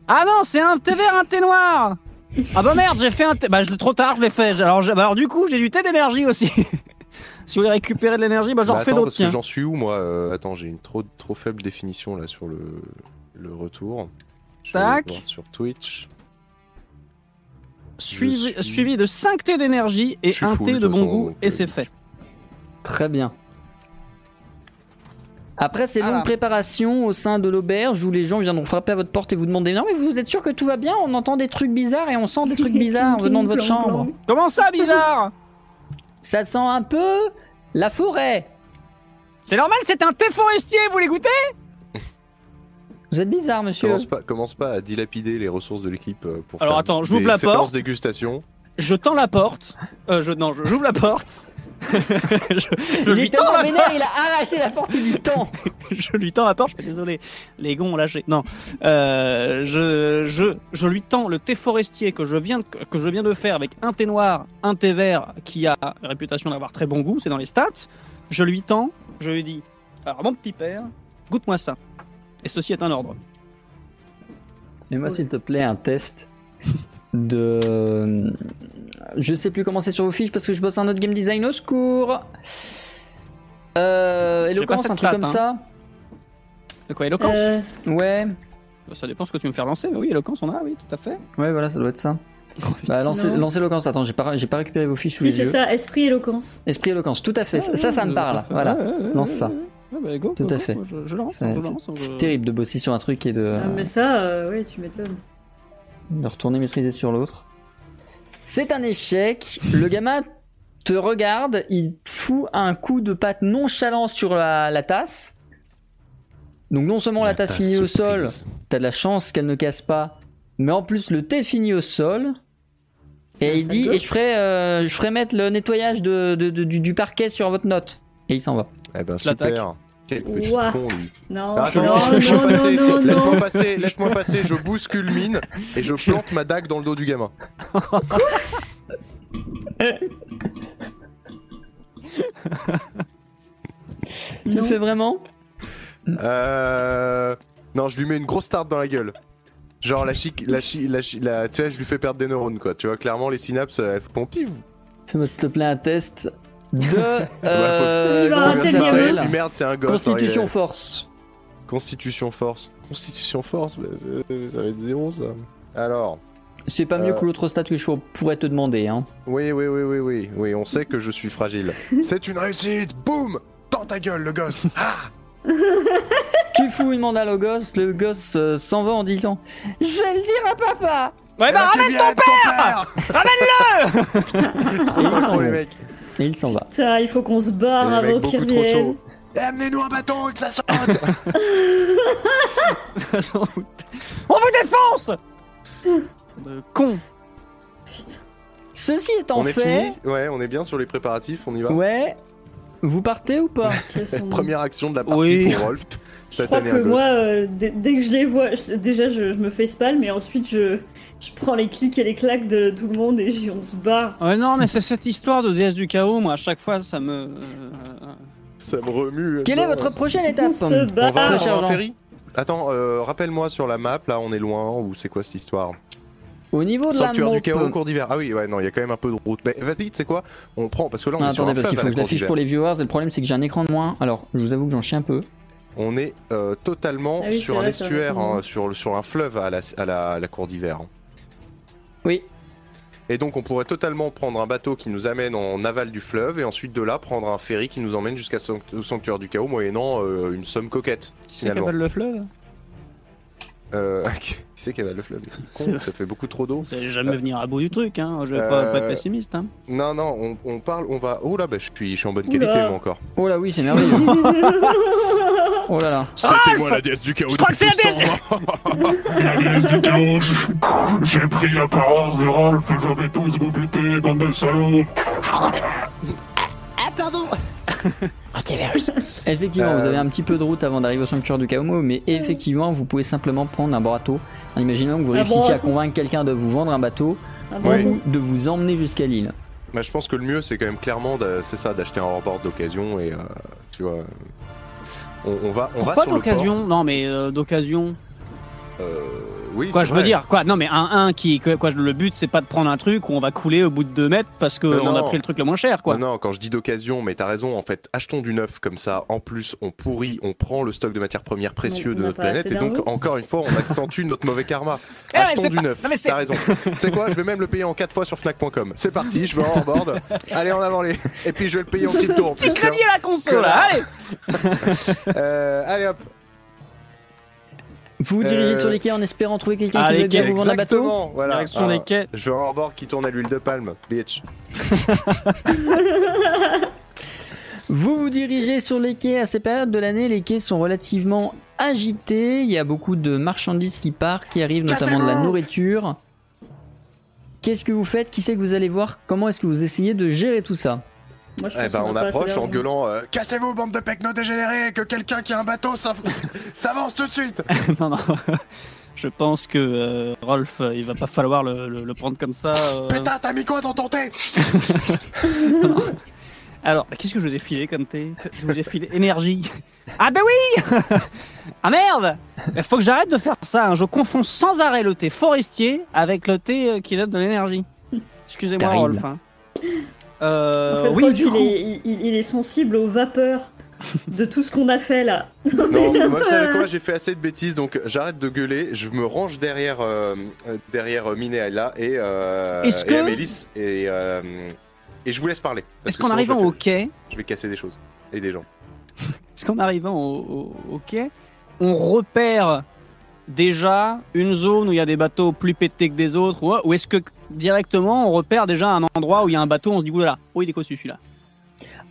S3: Ah non, c'est un thé vert, un thé noir Ah bah merde, j'ai fait un thé... Bah je l'ai trop tard, je l'ai fait. Alors, je- bah alors du coup, j'ai du thé d'énergie aussi. <laughs> si vous voulez récupérer de l'énergie, bah j'en
S2: Bah,
S3: refais
S2: attends,
S3: d'autres,
S2: parce que
S3: tiens.
S2: j'en suis où moi Euh, Attends, j'ai une trop, trop faible définition là sur le, le retour. Je vais
S3: Tac.
S2: aller voir sur Twitch.
S3: Suivi,
S2: suis-
S3: suivi de 5 thés d'énergie et
S2: Je suis
S3: un
S2: full,
S3: thé
S2: de
S3: de
S2: toute
S3: bon
S2: façon,
S3: goût,
S2: donc,
S3: et
S2: euh,
S3: c'est fait.
S1: Très bien. Après ces
S3: Ah là.
S1: longues préparations au sein de l'auberge où les gens viendront frapper à votre porte et vous demander Non, mais vous êtes sûr que tout va bien On entend des trucs bizarres et on sent des
S3: <laughs>
S4: <laughs>
S1: trucs bizarres
S4: Cling,
S1: venant de votre
S4: cling, clang,
S1: chambre.
S4: clang.
S3: Comment ça, bizarre
S1: Ça sent un peu la forêt.
S3: C'est normal, c'est un thé forestier, vous les goûtez
S1: Vous êtes bizarre, monsieur.
S2: Commence pas, commence pas à dilapider les ressources de l'équipe euh, pour
S3: euh, Alors,
S2: faire
S3: attends,
S2: des
S3: j'ouvre la
S2: séquences
S3: porte.
S2: dégustation.
S3: Je tends la porte. Euh, je, non, je- j'ouvre la porte. <laughs> je, je
S1: il
S3: lui
S1: était
S3: tends la
S1: vénère, il a arraché la porte du temps.
S3: je lui tends la porte, je fais désolé, les gonds ont lâché. Non, Euh, je, je, je lui tends le thé forestier que je viens de, que je viens de faire avec un thé noir, un thé vert qui a la réputation d'avoir très bon goût, c'est dans les stats. Je lui tends, je lui dis, alors mon petit père, goûte-moi ça. Et ceci est un ordre.
S1: Mais moi,
S4: Oui.
S1: s'il te plaît, un test de. euh, Je sais plus comment c'est sur vos fiches parce que je bosse un autre game design au secours. Euh, éloquence,
S3: cette
S1: un truc
S3: stat,
S1: comme
S3: hein.
S1: ça.
S3: De quoi éloquence
S4: Euh,
S1: Ouais,
S3: Ça dépend ce que tu veux me faire lancer, mais oui, éloquence on a, oui, tout à fait.
S1: ouais, voilà, ça doit être ça. Bah, lancez,
S4: Non.
S1: lancez éloquence. Attends, j'ai pas, j'ai pas récupéré vos fiches sous
S4: si,
S1: les
S4: c'est
S1: yeux.
S4: ça, esprit éloquence.
S1: Esprit éloquence, tout à fait.
S3: Ouais,
S1: ça, ça, ça me
S3: ouais, tout à
S1: parle.
S3: fait.
S1: Voilà.
S3: Ouais, ouais, ouais,
S1: Lance
S3: ouais,
S1: ça.
S3: ouais, ouais. Ouais, bah, go,
S1: Tout
S3: go,
S1: à
S3: go,
S1: fait.
S3: moi, Je, je lance,
S1: C'est-
S3: je lance. je-
S1: C'est terrible de bosser sur un truc et de,
S4: Ah, mais ça, euh, ouais, tu m'étonnes.
S1: de retourner maîtriser sur l'autre. C'est un échec. Le gamin te regarde, il fout un coup de patte nonchalant sur la, la tasse. Donc non seulement la, tasse finit au sol, t'as de la chance qu'elle ne casse pas, mais en plus le thé finit au sol.
S4: C'est un
S1: Et il
S4: sale
S1: dit,
S4: gosse.
S1: et je ferai, euh, je ferai mettre le nettoyage de, de- de- du, du parquet sur votre note. Et il s'en va.
S2: Eh ben
S3: Je l'attaque.
S2: super. Quel petit
S4: Ouah.
S2: con lui.
S4: Non,
S2: Ah,
S4: non,
S2: <laughs> attends, laisse-moi passer,
S4: non, non, non,
S2: laisse-moi
S4: non.
S2: passer, laisse-moi passer, je bouscule mine et je plante ma dague dans le dos du gamin.
S1: Tu le
S4: Non.
S1: fais vraiment
S2: Euh... Non, je lui mets une grosse tarte dans la gueule. Genre la chic, la chi, la chi- la- tu sais, je lui fais perdre des neurones quoi. Tu vois clairement les synapses elles font pif.
S1: Fais-moi s'il te plaît un test de... euh,
S4: Il va
S1: comment ça
S4: rater le gamin.
S1: s'appelle
S2: Puis merde, c'est un gosse. hein, il est-
S1: Constitution force.
S2: Constitution force. Constitution force, bah, ça, ça va être zéro ça. Alors,
S1: C'est pas mieux
S2: Euh.
S1: que l'autre stat que je pourrais te demander. Hein.
S2: oui, oui, oui, oui, oui, oui, on sait que je suis fragile. <laughs> c'est une réussite, boum, dans ta gueule le gosse.
S1: tu fous une mandale au gosse, le gosse euh, s'en va en disant « Je vais le dire à papa
S3: Ouais, bah,
S2: ben, ramène ton père,
S1: Et il s'en
S2: Oh, les
S1: va.
S2: mecs,
S1: Et
S2: <laughs>
S1: il s'en va.
S4: Putain, il faut qu'on se barre
S2: les mecs
S4: avant
S2: beaucoup
S4: qu'il
S2: trop
S4: revienne.
S2: chauds. Eh, Amenez-nous un bâton et que ça sorte.
S3: On vous défonce De con
S1: Ceci étant
S2: <laughs> On est
S1: fait,
S2: fini Ouais, on est bien sur les préparatifs, on y va.
S1: ouais, vous partez ou
S2: <laughs>
S1: pas
S4: Quels sont-
S2: Première action de la partie
S3: Oui.
S2: pour Rolf. <laughs>
S4: Je
S2: Cette
S4: crois
S2: année,
S4: que
S2: un gosse.
S4: moi, euh, dès, dès que je les vois, je- déjà je, je me fais spam, mais ensuite je, je prends les clics et les claques de tout le monde et j'y- on se barre.
S3: Ouais, non, mais c'est cette histoire de déesse du chaos, moi, à chaque fois, ça me. euh,
S2: Ça me remue.
S1: Quelle est
S2: Non.
S1: votre prochaine
S4: On
S1: étape
S4: se
S2: On va
S1: Ah,
S2: en
S4: barre.
S1: cher Jean.
S2: Terry Attends, euh, rappelle-moi sur la map, là on est loin, ou c'est quoi cette histoire
S1: Au niveau de la
S2: Sanctuaire du
S1: map,
S2: chaos au cours d'hiver. Ah oui, ouais, non, il y a quand même un peu de route. Mais vas-y, tu sais quoi On prend, parce que là on
S1: Non,
S2: est sur
S1: attendez,
S2: un
S1: parce qu'il
S2: fleuve à
S1: faut que je
S2: la cour
S1: l'affiche
S2: d'hiver.
S1: pour les viewers, et le problème c'est que j'ai un écran de moins. Alors, je vous avoue que j'en chie un peu.
S2: On est euh, totalement
S4: Ah oui,
S2: sur
S4: c'est
S2: un
S4: vrai, Mhm. c'est vrai,
S2: estuaire,
S4: complètement.
S2: hein, sur, le- sur un fleuve à la, à la, à la cour d'hiver. hein.
S1: Oui,
S2: Et donc on pourrait totalement prendre un bateau qui nous amène en aval du fleuve, et ensuite de là prendre un ferry qui nous emmène jusqu'à Sanct- au Sanctuaire du chaos, moyennant euh, une somme coquette.
S3: Qui c'est qui
S2: Finalement.
S3: appelle le fleuve
S2: Euh, <laughs> qui c'est qui avale le fleuve
S3: C'est-
S2: Ça fait beaucoup trop d'eau.
S3: Vous allez jamais venir à bout du truc, hein. Je vais pas,
S2: Euh,
S3: pas être pessimiste, hein.
S2: Non, non, on, on parle, on va. Oh là, bah, je suis, je suis en bonne
S4: Oula.
S2: qualité, moi encore.
S3: Ah,
S1: Oh là
S2: <laughs>
S1: oui, c'est merveilleux. oh là là.
S3: Ralph
S2: C'était moi la déesse du chaos.
S3: Je crois que c'est la
S2: depuis
S3: déesse
S2: tout ce temps.
S5: La déesse du chaos. J'ai pris l'apparence de Rolf, je vais tous vous buter, bande de salauds.
S1: Effectivement, vous
S2: Euh,
S1: avez un petit peu de route avant d'arriver au sanctuaire du Kaomo, mais effectivement, vous pouvez simplement prendre un bateau. Imaginons que vous
S4: Un
S1: réussissiez à
S4: bateau.
S1: convaincre quelqu'un de vous vendre un bateau
S4: Ah,
S2: Ouais.
S4: bon,
S1: ou de vous emmener jusqu'à l'île.
S2: Bah, je pense que le mieux, c'est quand même clairement, de- c'est ça, d'acheter un hors-bord d'occasion et euh, tu vois. On, on va, on va
S3: Pourquoi
S2: sur le port.
S3: d'occasion Non, mais euh, d'occasion.
S2: Euh, oui,
S3: Quoi,
S2: c'est
S3: je
S2: vrai.
S3: veux dire Quoi Non, mais un 1 qui. que- Quoi, le but, c'est pas de prendre un truc où on va couler au bout de 2 mètres parce
S2: Non,
S3: qu'on a
S2: non.
S3: pris le truc le moins cher, quoi.
S2: Non, non, quand je dis d'occasion, mais t'as raison, en fait, achetons du neuf comme ça. En plus, on pourrit, on prend le stock de matières premières précieuses
S4: on
S2: de
S4: a
S2: notre
S4: pas
S2: planète,
S4: assez
S2: et donc,
S4: d'argent.
S2: encore une fois, on accentue notre mauvais karma.
S3: <laughs> Eh ouais,
S2: achetons
S3: c'est
S2: du
S3: pas-
S2: neuf.
S3: Non, mais c'est-
S2: T'as
S3: <laughs>
S2: raison. tu sais quoi, je vais même le payer en 4 fois sur Fnac.com. C'est parti, je vais en
S3: <laughs>
S2: hors-board. Allez, en avant les. <laughs> Et puis, je vais le payer en crypto en
S3: C'est
S2: plus.
S3: le crédit à la console,
S2: Connard.
S3: là, allez
S2: Euh, allez hop.
S1: Vous vous dirigez
S2: Euh,
S1: sur les quais en espérant trouver quelqu'un qui
S3: allez,
S1: veut bien vous vendre un bateau.
S2: Exactement, voilà.
S3: Direction
S2: Ah,
S3: des quais.
S2: Je veux un hors-bord qui tourne à l'huile de palme, bitch.
S1: Vous vous dirigez sur les quais à ces périodes de l'année. Les quais sont relativement agités. Il y a beaucoup de marchandises qui partent, qui arrivent, notamment de la nourriture. Qu'est-ce que vous faites Qui c'est que vous allez voir Comment est-ce que vous essayez de gérer tout ça
S4: moi, je
S2: Eh
S4: pense
S2: ben,
S4: qu'on
S2: on
S4: a pas assez
S2: approche en
S4: d'argent.
S2: gueulant euh, Cassez-vous, bande de pecnos dégénérés, que quelqu'un qui a un bateau s'av- <laughs> s'avance tout de suite
S3: <laughs> Non, non. Je pense que euh, Rolf, euh, il va pas falloir le, le- le prendre comme ça. euh.
S2: Putain, t'as mis quoi dans ton thé
S3: Alors, bah, qu'est-ce que je vous ai filé comme thé Je vous ai filé <laughs> énergie. Ah ben oui <laughs> Ah merde Il Faut que j'arrête de faire ça. hein. Je confonds sans arrêt le thé forestier avec le thé euh, qui donne de l'énergie. Excusez-moi,
S1: Terrible.
S3: Rolf. hein. Euh,
S4: En fait,
S3: oui,
S4: Rolf,
S3: du
S4: il,
S3: coup.
S4: est, il- il est sensible aux vapeurs de tout ce qu'on a fait là.
S3: <laughs>
S2: Non, moi, vous savez quoi, j'ai fait assez de bêtises, donc j'arrête de gueuler, je me range derrière, euh, euh, derrière euh, Minéala et, euh,
S3: Est-ce
S2: et
S3: que-
S2: Amélis, et, euh, et je vous laisse parler. parce
S3: Est-ce
S2: que
S3: qu'en
S2: sinon,
S3: arrivant
S2: je vais-
S3: au quai,
S2: Je vais casser des choses et des gens.
S3: est-ce qu'en arrivant au, au- au quai, on repère déjà une zone où il y a des bateaux plus pétés que des autres, ou, ou est-ce que directement on repère déjà un endroit où il y a un bateau, on se dit oulala, oh il est cossu celui-là.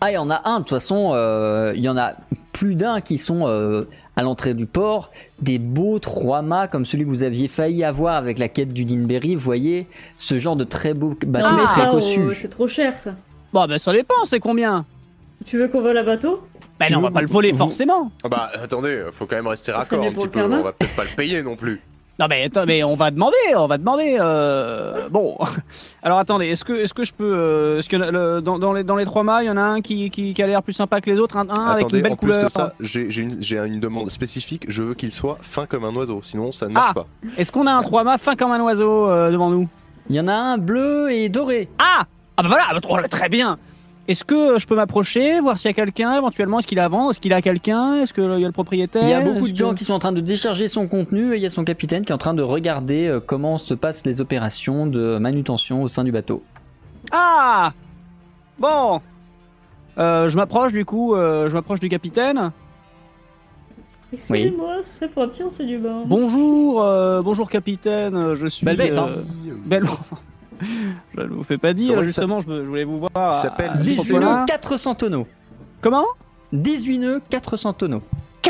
S1: Ah, il y en a un, de toute façon, euh, il y en a plus d'un qui sont euh, à l'entrée du port, des beaux trois mâts comme celui que vous aviez failli avoir avec la quête du Dinberry, vous voyez, ce genre de très beau bateau
S4: non, mais
S1: très
S4: ça,
S1: cossu.
S4: on- Ah, oh, c'est trop cher ça.
S3: Bah ben ça dépend, c'est combien
S4: Tu veux qu'on vole un bateau
S3: Bah non, on va pas le voler forcément.
S2: Ah Bah attendez, faut quand même rester
S4: Ça serait
S2: raccord
S4: mieux
S2: un
S4: pour
S2: petit
S4: le
S2: peu,
S4: karma.
S2: on va peut-être pas le payer non plus.
S3: Non mais attends, mais on va demander, on va demander. euh, Bon, <laughs> alors attendez, est-ce que est-ce que je peux, euh, est-ce que le- dans, dans les dans les trois mâts, il y en a un qui, qui, qui a l'air plus sympa que les autres, un, un Ah, avec une
S2: Attendez,
S3: belle
S2: en plus
S3: couleur.
S2: de ça, j'ai j'ai une, j'ai une demande spécifique. Je veux qu'il soit fin comme un oiseau, sinon ça ne
S3: Ah.
S2: marche pas.
S3: Est-ce qu'on a un trois mâts fin comme un oiseau euh, devant nous?
S1: Il y en a un bleu et doré.
S3: Ah Ah bah voilà, ah bah, oh, très bien Est-ce que euh, je peux m'approcher, voir s'il y a quelqu'un, éventuellement, est-ce qu'il a vend, est-ce qu'il a quelqu'un, est-ce qu'il y a le propriétaire
S1: Il y a beaucoup
S3: Est-ce
S1: de
S3: que-
S1: gens qui sont en train de décharger son contenu et il y a son capitaine qui est en train de regarder euh, comment se passent les opérations de manutention au sein du bateau.
S3: Ah Bon Euh, Je m'approche du coup, euh, je m'approche du capitaine.
S4: Excusez-moi, ce serait pour un petit enseignement.
S3: Bonjour, euh, bonjour capitaine, euh, je suis...
S1: Belle bête, hein.
S3: belle- <laughs> je ne vous fais pas dire,
S2: Comment il
S3: justement, je, me- je voulais vous voir.
S2: il
S3: à-
S4: Ah,
S2: s'appelle
S3: à ce
S1: 18
S2: Lycéen.
S1: nœuds,
S3: propos-là.
S1: 400 tonneaux.
S3: Comment
S1: 18 nœuds, 400 tonneaux.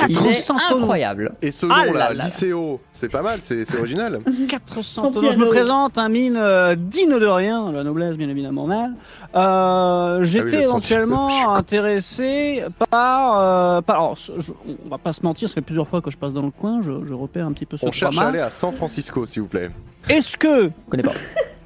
S1: Il
S3: 400
S1: est
S3: tonneaux.
S1: incroyable.
S2: Et selon
S3: Ah là
S2: la
S3: là.
S2: Lycéo, c'est pas mal, c'est c'est
S3: <laughs>
S2: original.
S3: 400
S4: Sans
S3: tonneaux. Je me
S4: piano.
S3: présente, un mine euh, digne de rien, la noblesse bien évidemment mal. Euh,
S2: Ah
S3: J'étais
S2: oui, le sentiment, <laughs> je suis
S3: éventuellement
S2: con.
S3: intéressé par, euh, par- alors, ce- je- on va pas se mentir, ça fait plusieurs fois que je passe dans le coin, je, je repère un petit peu ce
S2: On cherche
S3: format.
S2: à aller à San Francisco, s'il vous plaît.
S3: Est-ce que,
S1: Je connais pas.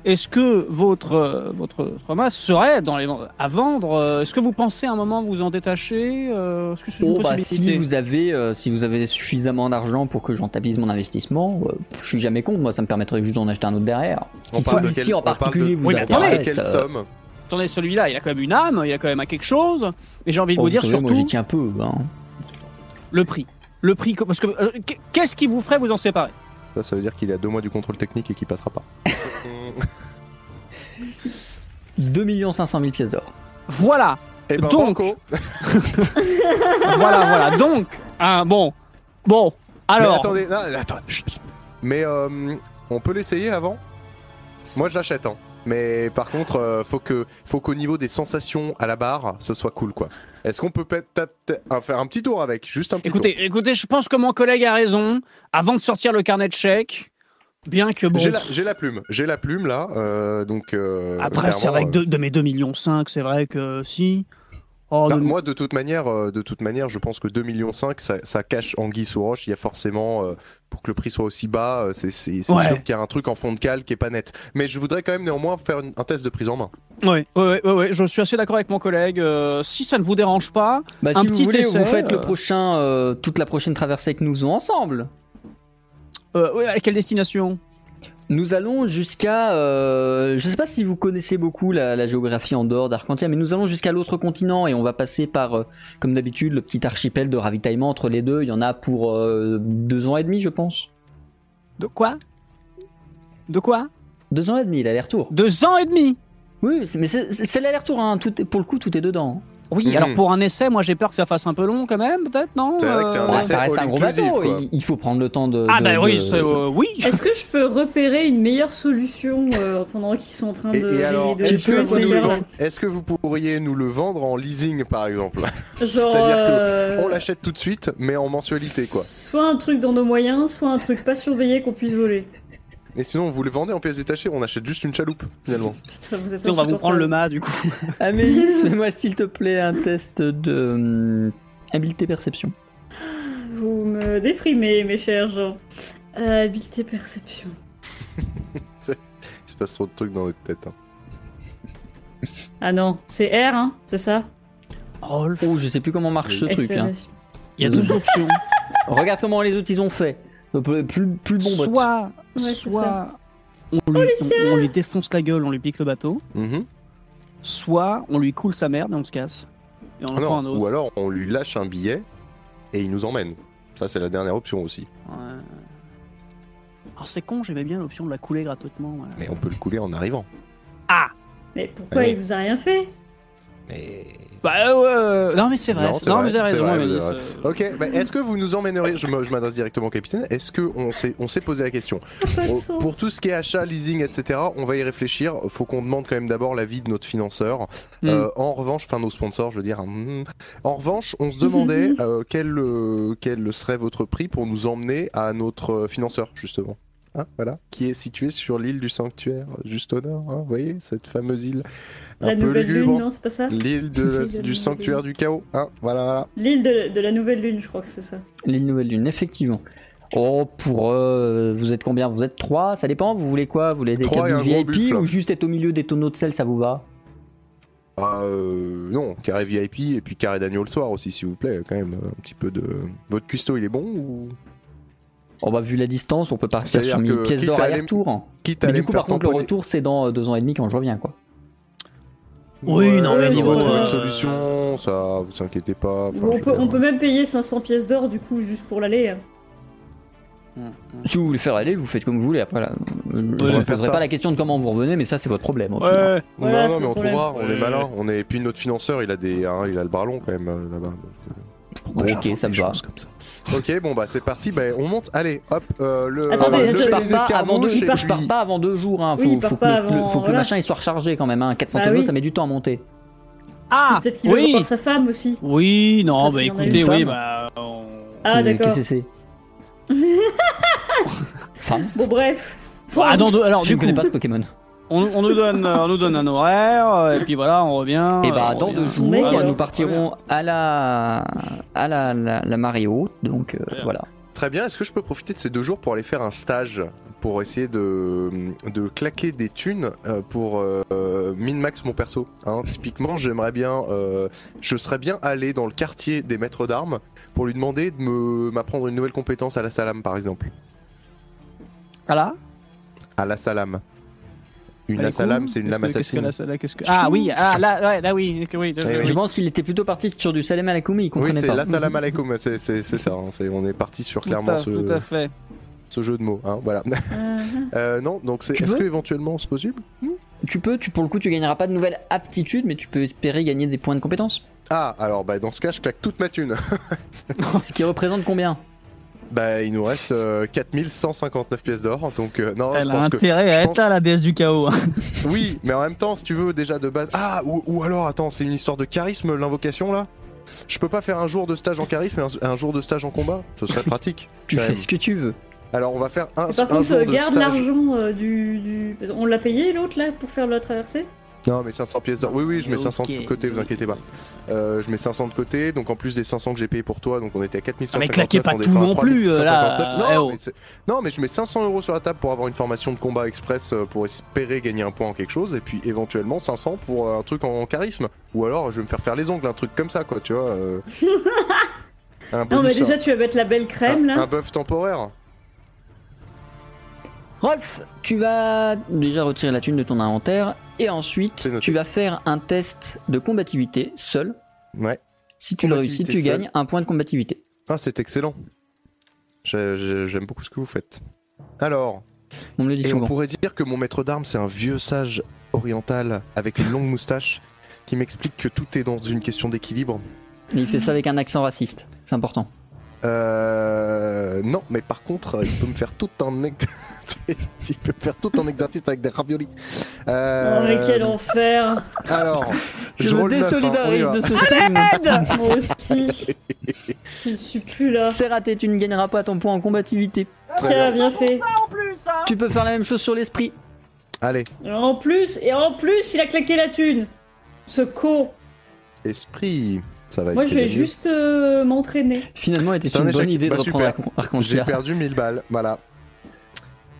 S3: est-ce que votre euh, votre format serait dans les à vendre euh, Est-ce que vous pensez à un moment vous en détacher euh, Est-ce que c'est une
S1: Oh, bah, si
S3: possibilité
S1: vous avez, euh, si vous avez suffisamment d'argent pour que je rentabilise mon investissement, euh, je suis jamais contre. Moi, ça me permettrait juste d'en acheter un autre derrière.
S2: On
S1: Si
S2: parle de
S1: celui-ci
S2: quel-
S1: en
S2: on parle de-
S1: particulier vous
S3: Oui, mais
S1: intéresse,
S2: Attendez,
S3: attendez,
S2: quelle
S1: euh,
S2: somme
S3: Attendez, celui-là, il a quand même une âme, il a quand même à quelque chose. Et j'ai envie de
S1: oh,
S3: vous
S1: vous
S3: dire
S1: savez, moi, j'y
S3: surtout
S1: tiens peu. hein.
S3: le prix. Le prix, parce que euh, qu'est-ce qui vous ferait vous en séparer
S2: Ça, ça veut dire qu'il a deux mois du contrôle technique et qu'il
S3: <laughs>
S2: passera pas. Mm.
S1: 2 500 000 pièces d'or.
S3: Voilà,
S2: Eh ben,
S3: Donc-
S2: banco.
S3: voilà, voilà. Donc, ah, bon, bon.
S2: Mais
S3: Alors,
S2: attendez, non, attends, chut, chut. Mais euh, on peut l'essayer avant Moi, je l'achète, hein. Mais par contre, euh, faut que, faut qu'au niveau des sensations à la barre, ce soit cool, quoi. Est-ce qu'on peut peut-être peut-être, euh, faire un petit tour avec Juste un petit tour.
S3: écoutez, écoutez, je pense que mon collègue a raison. Avant de sortir le carnet de chèques, bien que bon.
S2: J'ai la, j'ai la plume, j'ai la plume là, euh, donc. euh,
S3: Après, c'est
S2: clairement,
S3: vrai que de, de mes 2,5 millions, c'est vrai que si. Oh,
S2: Bah,
S3: de-
S2: moi, de toute manière, euh, de toute manière, je pense que 2,5 millions, ça, ça cache Anguille sous roche. Il y a forcément, euh, pour que le prix soit aussi bas, euh, c'est c'est- c'est
S3: Ouais.
S2: sûr qu'il y a un truc en fond de cale qui est pas net. Mais je voudrais quand même néanmoins faire une- un test de prise en main.
S3: Ouais, ouais, ouais, ouais, ouais, je suis assez d'accord avec mon collègue. Euh, si ça ne vous dérange pas,
S1: Bah,
S3: Un
S1: si vous
S3: petit
S1: voulez,
S3: essai,
S1: vous faites le
S3: euh.
S1: prochain, euh, toute la prochaine traversée que nous faisons ensemble.
S3: euh, ouais, à quelle destination
S1: Nous allons jusqu'à, euh, je sais pas si vous connaissez beaucoup la, la géographie en dehors d'Arcantia, mais nous allons jusqu'à l'autre continent et on va passer par, euh, comme d'habitude, le petit archipel de ravitaillement entre les deux. Il y en a pour euh, deux ans et demi, je pense.
S3: De quoi De quoi
S1: Deux ans et demi, l'aller-retour.
S3: Deux ans et demi
S1: Oui, c'est- mais c'est c'est- c'est l'aller-retour, hein. tout est- pour le coup, tout est dedans.
S3: Oui,
S2: Mhm.
S3: alors pour un essai, moi j'ai peur que ça fasse un peu long quand même, peut-être, non euh,
S2: C'est vrai que c'est un
S1: Ouais,
S2: essai.
S1: ça reste un gros
S2: all-inclusive,
S1: bateau,
S2: quoi.
S1: il, il faut prendre le temps de.
S3: Ah
S1: de-
S3: bah
S1: de-
S3: oui, c'est- euh, oui
S4: Est-ce que je peux repérer une meilleure solution euh, pendant qu'ils sont en train de
S2: Et, et
S3: Euh,
S4: les
S2: alors,
S4: deux
S2: est-ce que,
S4: sur
S2: vous
S4: le
S2: nous le
S4: bonheur, là
S2: vend- est-ce que vous pourriez nous le vendre en leasing, par exemple
S4: Genre,
S2: C'est-à-dire que
S4: euh,
S2: On l'achète tout de suite, mais en mensualité, quoi.
S4: Soit un truc dans nos moyens, soit un truc pas surveillé qu'on puisse voler.
S2: Et sinon, vous le vendez en pièces détachées, on achète juste une chaloupe, finalement.
S4: Putain, vous êtes
S3: on va vous
S4: insupportable.
S3: prendre le mât du coup.
S1: Amélie, Ah, fais-moi s'il te plaît un test de hum, habileté perception.
S4: Vous me déprimez, mes chers gens. Euh, habileté perception.
S2: <laughs> Il se passe trop de trucs dans notre tête. hein.
S4: Ah non, c'est R, hein, c'est ça
S3: Rolf,
S1: Oh, je sais plus comment marche ce truc. hein.
S4: Exclamation.
S3: il y a deux <laughs> options.
S1: Regarde comment les autres ils ont fait. Plus, plus, plus bon bot.
S3: soit
S4: Ouais, c'est
S3: soit on lui, on- on lui défonce la gueule, on lui pique le bateau,
S2: Mhm.
S3: soit on lui coule sa merde et on se casse. Et on en
S2: Ah Non,
S3: prend un autre.
S2: Ou alors, on lui lâche un billet et il nous emmène. Ça, c'est la dernière option aussi.
S3: Ouais. Alors c'est con, j'aimais bien l'option de la couler gratuitement. voilà.
S2: Mais on peut le couler en arrivant.
S4: Mais pourquoi
S2: Allez.
S4: il vous a rien fait
S2: Et-
S3: Bah ouais, euh, non mais c'est vrai,
S2: Non,
S3: c'est-
S2: c'est
S3: non,
S2: vrai,
S3: mais euh, vous avez
S2: c'est
S3: raison,
S2: vrai,
S3: Amélie,
S2: vous avez
S3: c'est-
S2: Ok, bah, est-ce que vous nous emmènerez Je me- je m'adresse directement au capitaine. Est-ce que on s'est on s'est posé la question
S4: Ça n'a pas de
S2: On-
S4: sens.
S2: Pour tout ce qui est achat, leasing, etc., on va y réfléchir. Faut qu'on demande quand même d'abord l'avis de notre financeur.
S3: Hmm.
S2: Euh, en revanche, enfin nos sponsors, je veux dire. hein, hmm. En revanche, on
S4: <laughs>
S2: se demandait euh, quel, euh, quel serait votre prix pour nous emmener à notre euh, financeur, justement. Hein, voilà, qui est situé sur l'île du sanctuaire, juste au nord. hein, vous voyez cette fameuse île un
S4: La
S2: peu
S4: nouvelle lune,
S2: lugubre.
S4: non, c'est pas ça
S2: L'île
S4: <laughs>
S2: de-
S4: L'île de
S2: du
S4: la
S2: sanctuaire du chaos. Hein, voilà, voilà.
S4: L'île de, de la nouvelle lune, je crois que c'est ça.
S1: Les nouvelles lunes, effectivement. Oh, pour euh, vous êtes combien Vous êtes trois Ça dépend. Vous voulez quoi Vous voulez des
S2: Trois et
S1: cabines
S2: un gros
S1: VIP
S2: buffle.
S1: ou juste être au milieu des tonneaux de sel Ça vous va
S2: Ah, euh, non, carré VIP et puis carré d'agneau le soir aussi, s'il vous plaît, quand même. Un petit peu de. Votre cuistot, il est bon ou.
S1: On va Oh, bah, vu la distance, on peut partir
S2: C'est-à-dire
S1: sur
S2: que
S1: une pièce
S2: quitte
S1: d'or
S2: à aller-
S1: aller-retour.
S2: Quitte à
S1: Mais
S2: aller
S1: du
S2: me
S1: coup,
S2: faire
S1: par contre, le
S2: tamponner-
S1: retour, c'est dans euh, deux ans et demi quand je reviens, quoi.
S3: Oui, non, mais
S2: on
S4: niveau,
S2: va trouver
S4: euh,
S2: une solution, ça, vous inquiétez pas. enfin,
S4: Ou on,
S2: je- hein.
S4: peut, on peut même payer 500 pièces d'or, du coup, juste pour l'aller. hein.
S1: Si vous voulez faire aller, vous faites comme vous voulez. Après, là, euh, je
S2: on
S1: ne
S2: va faire
S1: poserai
S2: ça.
S1: pas la question de comment vous revenez, mais ça, c'est votre problème. au final.
S3: Ouais,
S2: Non,
S4: Voilà,
S2: non,
S4: c'est
S2: mais
S4: le
S2: on
S4: problème.
S2: trouvera, on est
S3: Ouais.
S2: malin, on est. Et puis notre financeur, il a des, hein, il a le bras long quand même euh, là-bas.
S1: Bon, ok, ça me va.
S2: ok, bon bah c'est parti, bah on monte. Allez, hop, euh, le.
S4: Attendez,
S2: le-
S4: attendez,
S2: les
S1: je pars pas avant deux,
S2: escarmouches
S1: je
S2: et
S1: pars,
S2: puis-
S1: pas avant deux jours. Hein. Faut,
S4: Oui, il part
S1: faut que,
S4: pas
S1: le,
S4: avant,
S1: le- faut que le
S4: voilà.
S1: machin il soit rechargé quand même. Hein. 400
S4: Bah
S1: tonneaux,
S4: oui.
S1: ça met du temps à monter.
S3: Ah
S4: Peut-être qu'il veut
S3: oui,
S4: voir sa femme aussi.
S3: oui, non,
S4: Enfin,
S3: bah
S4: si on a
S3: écoutez,
S1: une
S3: oui,
S1: femme.
S3: bah on,
S4: Ah,
S1: Euh,
S4: d'accord.
S1: Qu'est-ce que c'est Femme
S4: Bon, bref.
S3: Ah, non, de- alors,
S1: Je
S3: du
S1: ne
S3: coup,
S1: connais pas ce Pokémon.
S3: on, on nous donne, euh, on nous donne un horaire, euh, et puis voilà, on revient.
S1: Et
S3: euh,
S1: bah,
S3: on
S1: dans
S3: revient.
S1: deux jours,
S4: Mec,
S1: euh,
S4: alors.
S1: nous partirons à la à la, la, la marée haute, donc euh,
S3: Bien.
S1: voilà.
S2: Très bien, est-ce que je peux profiter de ces deux jours pour aller faire un stage Pour essayer de, de claquer des thunes euh, pour euh, min-max mon perso hein. Typiquement, j'aimerais bien. euh, je serais bien allé dans le quartier des maîtres d'armes pour lui demander de me- m'apprendre une nouvelle compétence à la salame, par exemple.
S3: Voilà.
S2: À la salame. Une
S3: Elle est
S2: asalame,
S3: con.
S2: c'est une
S3: Qu'est-ce
S2: lame
S3: que- qu'est-ce que
S2: assassine.
S3: la- la- qu'est-ce que- Ah oui, ah là, ouais, là oui. que oui, je-
S2: Eh
S3: je-
S2: oui.
S1: Je pense qu'il était plutôt parti sur du Salem Alakoumi, il
S2: Oui,
S1: comprenait
S2: c'est
S1: pas.
S3: <laughs>
S2: l'assalam alaikum, c'est c'est- c'est ça. hein. C'est- on est parti sur
S3: tout
S2: clairement
S3: à-
S2: ce,
S3: Tout à fait.
S2: ce jeu de mots. hein, Voilà. <laughs>
S4: Euh,
S2: Euh, non, donc c'est-
S1: Tu
S2: est-ce
S1: veux
S2: que éventuellement c'est possible
S1: Tu peux, tu, pour le coup, tu gagneras pas de nouvelles aptitudes, mais tu peux espérer gagner des points de
S2: <laughs>
S1: compétence.
S2: Ah, alors bah, dans ce cas, je claque toute ma thune.
S1: Ce qui représente combien
S2: Bah, il nous reste euh, 4159 pièces d'or, donc euh, non, je
S3: Elle a
S2: pense que.
S3: intérêt
S2: je
S3: à
S2: pense-
S3: être là, la déesse du chaos. hein.
S2: Oui, mais en même temps, si tu veux, déjà de base. Ah, ou, ou alors, attends, c'est une histoire de charisme, l'invocation là Je peux pas faire un jour de stage en charisme et un, un jour de stage en combat Ce serait pratique.
S1: <laughs> Tu
S2: quand
S1: fais
S2: même.
S1: ce que tu veux.
S2: Alors, on va faire un,
S4: et par
S2: un
S4: contre,
S2: jour
S4: euh,
S2: de
S4: garde
S2: stage.
S4: l'argent euh, du, du- On l'a payé l'autre là pour faire la traversée
S2: Non, mais 500 pièces d'or. Oui, oui, je mets 500 de
S3: Ok.
S2: côté, vous inquiétez pas. Euh, je mets 500 de côté, donc en plus des 500 que j'ai payé pour toi, donc on était à 4500.
S3: Ah, mais claquez pas tout non plus, euh, là, eh
S2: Non,
S3: oh.
S2: mais c'est- non, mais je mets 500 euros sur la table pour avoir une formation de combat express euh, pour espérer gagner un point en quelque chose, et puis éventuellement 500 pour euh, un truc en, en charisme. Ou alors je vais me faire faire les ongles, un truc comme ça, quoi, tu vois.
S4: <laughs>
S2: euh, un
S4: Non, mais
S2: bonus,
S4: déjà, tu vas mettre la belle crème
S2: un, un
S4: là.
S2: buff temporaire.
S1: Rolf, tu vas déjà retirer la thune de ton inventaire, et ensuite,
S2: C'est noté.
S1: tu vas faire un test de combativité seul.
S2: Ouais.
S1: Si tu le réussis,
S2: Combativité
S1: tu
S2: seul.
S1: gagnes un point de combativité.
S2: Ah, c'est excellent. J'ai- j'ai- J'aime beaucoup ce que vous faites. Alors,
S1: On me le dit
S2: Et on
S1: souvent.
S2: pourrait dire que mon maître d'armes, c'est un vieux sage oriental avec une longue moustache qui m'explique que tout est dans une question d'équilibre.
S1: Mais il fait ça avec un accent raciste. C'est important.
S2: Euh... Non, mais par contre, il peut me faire tout un, ex- <laughs> il peut me faire tout un exercice avec des raviolis. Euh...
S4: Oh, mais quel enfer
S2: Alors, je,
S1: me
S2: roule neuf, hein, on y
S1: désolidarise
S2: va.
S1: de <laughs> ce stream.
S4: Moi aussi. Je ne suis plus là.
S1: C'est raté, tu ne gagneras pas ton point en combativité.
S2: Très
S4: Tiens, bien fait.
S3: En plus, hein.
S1: Tu peux faire la même chose sur l'esprit.
S2: Allez,
S4: En plus, et en plus, il a claqué la thune. Ce con.
S2: Bah, esprit, ça va
S4: Moi,
S2: être
S4: je vais
S2: mieux.
S4: juste euh, m'entraîner.
S1: Finalement, était
S2: C'est un
S1: une bonne
S2: échec.
S1: idée de
S2: Bah,
S1: reprendre la
S2: super.
S1: con- par contre.
S2: J'ai
S1: là.
S2: perdu 1000 balles, voilà.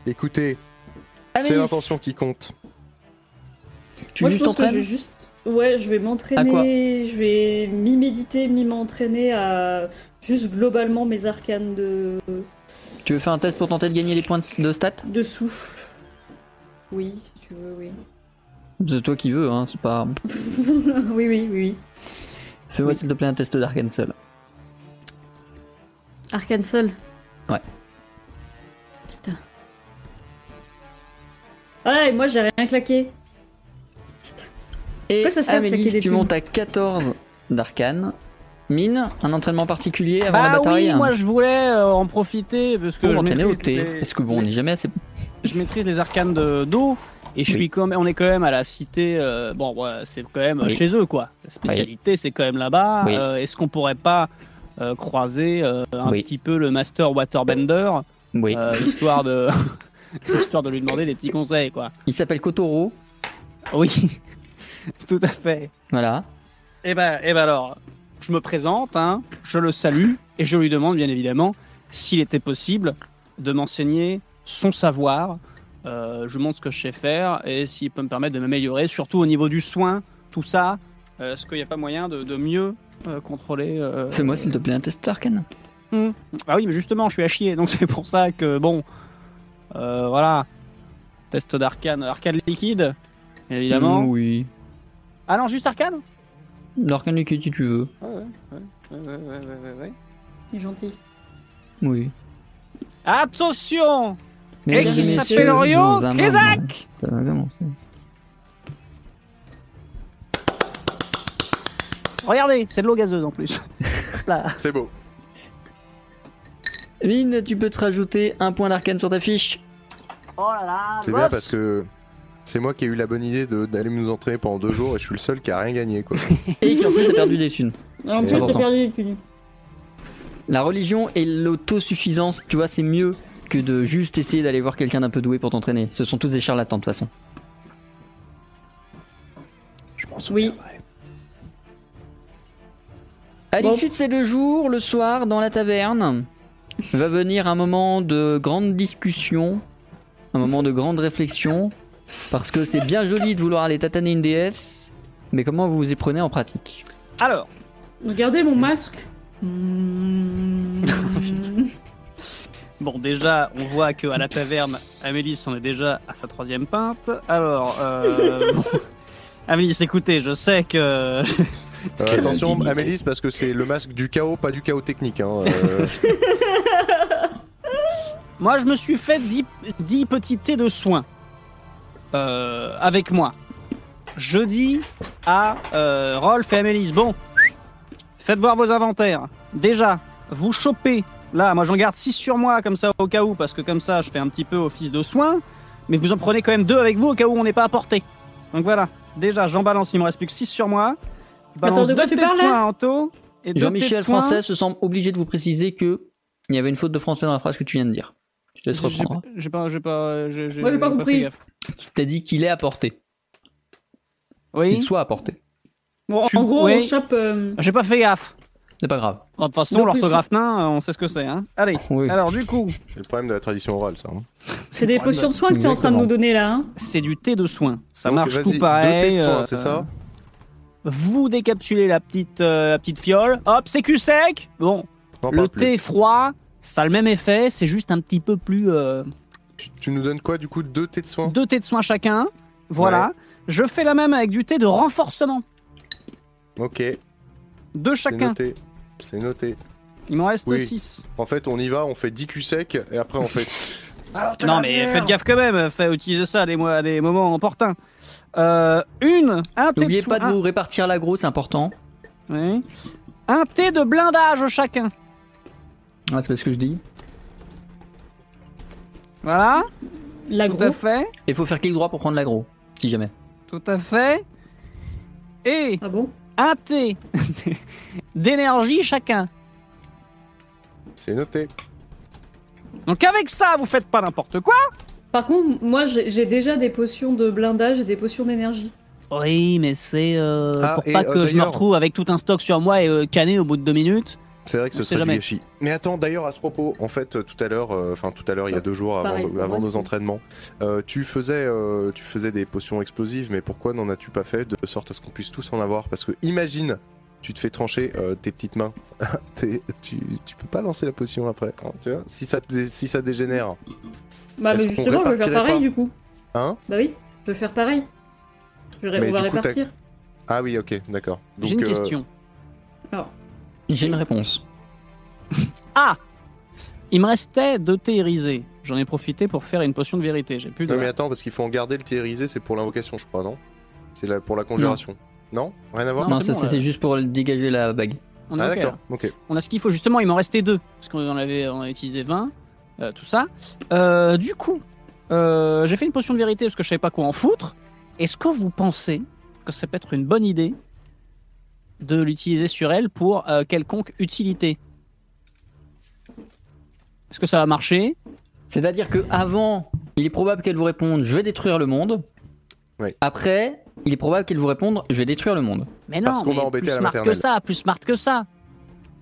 S2: Écoutez, c'est
S4: Ah,
S1: Amélis,
S2: l'intention qui compte.
S1: Tu
S4: Moi,
S1: veux
S4: je
S1: juste
S4: pense que je vais
S1: t'entraîner
S4: juste. Ouais, je vais
S1: À quoi
S4: m'entraîner. Je vais m'y méditer, m'y m'entraîner à juste globalement mes arcanes de,
S1: Tu veux faire un test pour tenter de gagner des points de stats
S4: de souffle. Oui, si tu veux, oui. <laughs>
S1: C'est toi qui veux, hein, c'est pas.
S4: oui, oui, oui.
S1: Fais-moi
S4: Oui.
S1: s'il te plaît un test d'arcane seul.
S4: Arcane seul
S1: Ouais.
S4: Putain. Ah, et moi, j'ai rien claqué.
S1: Et
S4: Quoi, ça sert de claquer
S1: Amélie,
S4: des
S1: tu
S4: thunes
S1: montes à 14 d'arcane. Mine, un entraînement particulier avant la
S3: Bah
S1: bataille
S3: oui,
S1: hein,
S3: moi je voulais euh, en profiter parce que
S1: pour
S3: je
S1: l'entraîner au
S3: maîtrise
S1: thé.
S3: les-
S1: Parce que bon, on n'est jamais assez.
S3: je maîtrise les arcanes de- d'eau et je
S1: Oui.
S3: suis quand même, on est quand même à la cité. euh, bon, ouais, c'est quand même euh,
S1: Oui.
S3: chez eux quoi. La spécialité, c'est quand même là-bas.
S1: Oui.
S3: Euh, Est-ce qu'on pourrait pas euh, croiser euh, un
S1: Oui.
S3: petit peu le master waterbender
S1: Oui.
S3: euh, histoire de <laughs> histoire de lui demander des petits conseils quoi.
S1: Il s'appelle Kotoro.
S3: Oui, <laughs> tout à fait.
S1: Voilà.
S3: Et ben, eh ben alors, je me présente, hein, je le salue et je lui demande bien évidemment s'il était possible de m'enseigner son savoir. Euh, je lui montre ce que je sais faire et s'il peut me permettre de m'améliorer, surtout au niveau du soin, tout ça. Euh, Est-ce qu'il n'y a pas moyen de, de mieux euh, contrôler euh,
S1: Fais-moi s'il te plaît un test d'arcane.
S3: Ah oui, mais justement, je suis à chier, donc <laughs> c'est pour ça que bon, euh, voilà, test d'arcane, arcane liquide, évidemment.
S1: Mm, Oui.
S3: Ah non, juste arcane.
S1: L'arcane liquide si tu veux.
S4: Il est gentil.
S1: Oui.
S3: Attention Et
S1: Mesdames
S3: qui
S1: messieurs,
S3: s'appelle Orion
S1: dans un moment,
S3: Isaac
S1: ça va commencer.
S3: Regardez, c'est de l'eau gazeuse en plus. Là.
S2: C'est beau.
S1: Lynn, tu peux te rajouter un point d'arcane sur ta fiche.
S3: <laughs> Oh là là
S2: C'est bien parce que c'est moi qui ai eu la bonne idée de- d'aller nous entraîner pendant deux jours et je suis le seul
S3: <laughs>
S2: qui a rien gagné quoi.
S1: Et qui en plus a perdu des thunes.
S4: Ah, En
S2: Et
S4: plus, j'ai
S1: important.
S4: perdu les thunes.
S1: La religion et l'autosuffisance, tu vois, c'est mieux que de juste essayer d'aller voir quelqu'un d'un peu doué pour t'entraîner. Ce sont tous des charlatans de toute façon.
S3: Je
S1: Oh,
S3: pense
S4: Oui.
S1: À
S4: Bon.
S1: l'issue de ces deux jours, le soir, dans la taverne, va venir un moment de grande discussion, un moment de grande réflexion, parce que c'est bien joli de vouloir aller tataner une déesse, mais comment vous vous y prenez en pratique
S3: Alors,
S4: Regardez
S1: <laughs>
S4: mon masque. Mmh.
S3: bon, déjà, on voit que à la taverne, Amélis en est déjà à sa troisième pinte. Alors, <laughs> euh, bon. Amélis, écoutez, je sais que.
S2: Euh,
S6: Quelle
S2: attention,
S6: indignité.
S2: Amélis, parce que c'est le masque du chaos, pas du chaos technique. hein,
S3: <laughs>
S2: euh,
S3: Moi, je me suis fait 10, petits thés de soins. Euh, avec moi. Je dis à euh, Rolf et Amélis, bon, faites voir vos inventaires. Déjà, vous chopez. Là, moi j'en garde 6 sur moi, comme ça au cas où, parce que comme ça je fais un petit peu office de soin. Mais vous en prenez quand même deux avec vous au cas où on n'est pas à portée. Donc voilà, déjà j'en balance, il me reste plus que 6 sur moi. Je balance
S4: Attends, de quoi
S3: 2 thés
S4: tu
S3: de
S4: parles,
S3: soin
S4: là
S3: à Anto. Et deux thés de
S1: Jean-Michel
S3: soin.
S1: Français se semble obligé de vous préciser que il y avait une faute de français dans la phrase que tu viens de dire. Je te laisse
S3: J'ai
S1: reprendre. hein.
S3: j'ai pas, j'ai pas, j'ai j'ai-
S4: Moi, j'ai pas
S3: fait
S4: compris.
S3: gaffe.
S1: Tu t'as dit qu'il est à portée,
S3: Oui.
S1: qu'il soit à portée.
S4: Bon,
S3: Tu-
S4: en gros,
S3: ouais.
S4: on chope. euh,
S3: J'ai pas fait gaffe.
S1: C'est pas grave.
S3: De toute façon,
S4: Donc,
S3: l'orthographe nain, euh, on sait ce que c'est. Hein Allez,
S1: Oui.
S3: alors du coup,
S2: c'est le problème de la tradition orale, ça. hein.
S4: c'est des potions de soins que t'es en train de
S1: Exactement.
S4: nous donner là. hein.
S3: c'est du thé de soin. Ça
S2: Donc,
S3: marche
S2: vas-y,
S3: tout pareil.
S2: deux thés de soin,
S3: euh,
S2: c'est ça
S3: Vous décapsulez la petite, euh, la petite fiole. Hop, c'est cul sec. Bon,
S2: N'en
S3: le
S2: parle plus.
S3: thé froid, ça a le même effet, c'est juste un petit peu plus. euh,
S2: Tu, tu nous donnes quoi, du coup Deux thés de soin
S3: Deux thés de soin chacun. Voilà. Je fais la même avec du thé de renforcement.
S2: Ok,
S3: Deux
S2: c'est
S3: chacun.
S2: noté. C'est noté.
S3: Il m'en reste
S2: Oui.
S3: six.
S2: En fait, on y va, on fait 10 culs secs, et après on fait. <laughs> Alors, Oh, t'as
S3: Non,
S2: la
S3: mais
S2: merde
S3: faites gaffe quand même. Faites utiliser ça à des, mo- à des moments opportuns. Euh, une, un thé de
S1: N'oubliez
S3: soin.
S1: pas de vous répartir l'agro, c'est important.
S3: Oui. Un thé de blindage chacun.
S1: Ouais, c'est pas ce que je dis.
S3: Voilà,
S4: La
S3: tout à
S4: grosse.
S3: fait,
S1: Il faut faire clic droit pour prendre l'agro, si jamais.
S3: tout à fait. Et
S4: Ah bon
S3: un thé <laughs> d'énergie chacun.
S2: C'est noté.
S3: Donc avec ça, vous faites pas n'importe quoi.
S4: Par contre, moi j'ai j'ai déjà des potions de blindage et des potions d'énergie.
S3: Oui, mais c'est euh,
S2: Ah,
S3: pour
S2: et,
S3: pas
S2: euh,
S3: que je me
S2: d'ailleurs-
S3: retrouve avec tout un stock sur moi et euh, canné au bout de deux minutes.
S2: C'est vrai que
S3: On
S2: ce
S3: sait
S2: serait du
S3: jamais.
S2: gâchis. Mais attends, d'ailleurs, à ce propos, en fait, euh, tout à l'heure, euh, enfin tout à l'heure, il y a
S3: Bah,
S2: deux jours avant,
S4: Pareil,
S2: avant
S4: ouais.
S2: nos entraînements, euh, tu faisais, euh, tu faisais des potions explosives, mais pourquoi n'en as-tu pas fait de sorte à ce qu'on puisse tous en avoir Parce que imagine, tu te fais trancher euh, tes petites mains, <laughs> T'es- tu, tu peux pas lancer la potion après, hein, tu vois Si ça, dé- si ça dégénère,
S4: Bah,
S2: Est-ce
S4: mais
S2: qu'on
S4: justement, je vais faire
S2: répartirait
S4: pareil
S2: pas
S4: du coup.
S2: hein
S4: Bah oui, je vais faire pareil. Je ré-
S2: Mais
S4: on va
S2: du coup, t'as-
S4: répartir.
S2: Ah oui, ok, d'accord.
S3: J'ai une
S2: euh,
S3: question.
S1: J'ai une réponse.
S3: Il me restait deux thés irisés. J'en ai profité pour faire une potion de vérité. J'ai plus de.
S2: Non mais attends, parce qu'il faut en garder le théorisé, c'est pour l'invocation, je crois, non C'est la- pour la congération. Non, Rien à voir.
S3: Non,
S1: Non,
S3: c'est
S1: ça
S3: bon, euh.
S1: c'était
S3: là.
S1: juste pour dégager la bague.
S3: On est
S2: Ah
S3: ok, là.
S2: d'accord, ok.
S3: On a ce qu'il faut, justement, il m'en restait deux, parce qu'on en avait on en a utilisé 20, euh, tout ça. Euh, du coup, euh, j'ai fait une potion de vérité parce que je savais pas quoi en foutre. Est-ce que vous pensez que ça peut être une bonne idée de l'utiliser sur elle pour euh, quelconque utilité Est-ce que ça va marcher
S1: C'est-à-dire que avant, il est probable qu'elle vous réponde je vais détruire le monde.
S2: Ouais.
S1: Après, il est probable qu'elle vous réponde je vais détruire le monde.
S3: Mais non,
S2: Parce qu'on
S3: mais
S2: m'a embêté
S3: plus
S2: à la
S3: smart que
S2: maternelle.
S3: ça, plus smart que ça.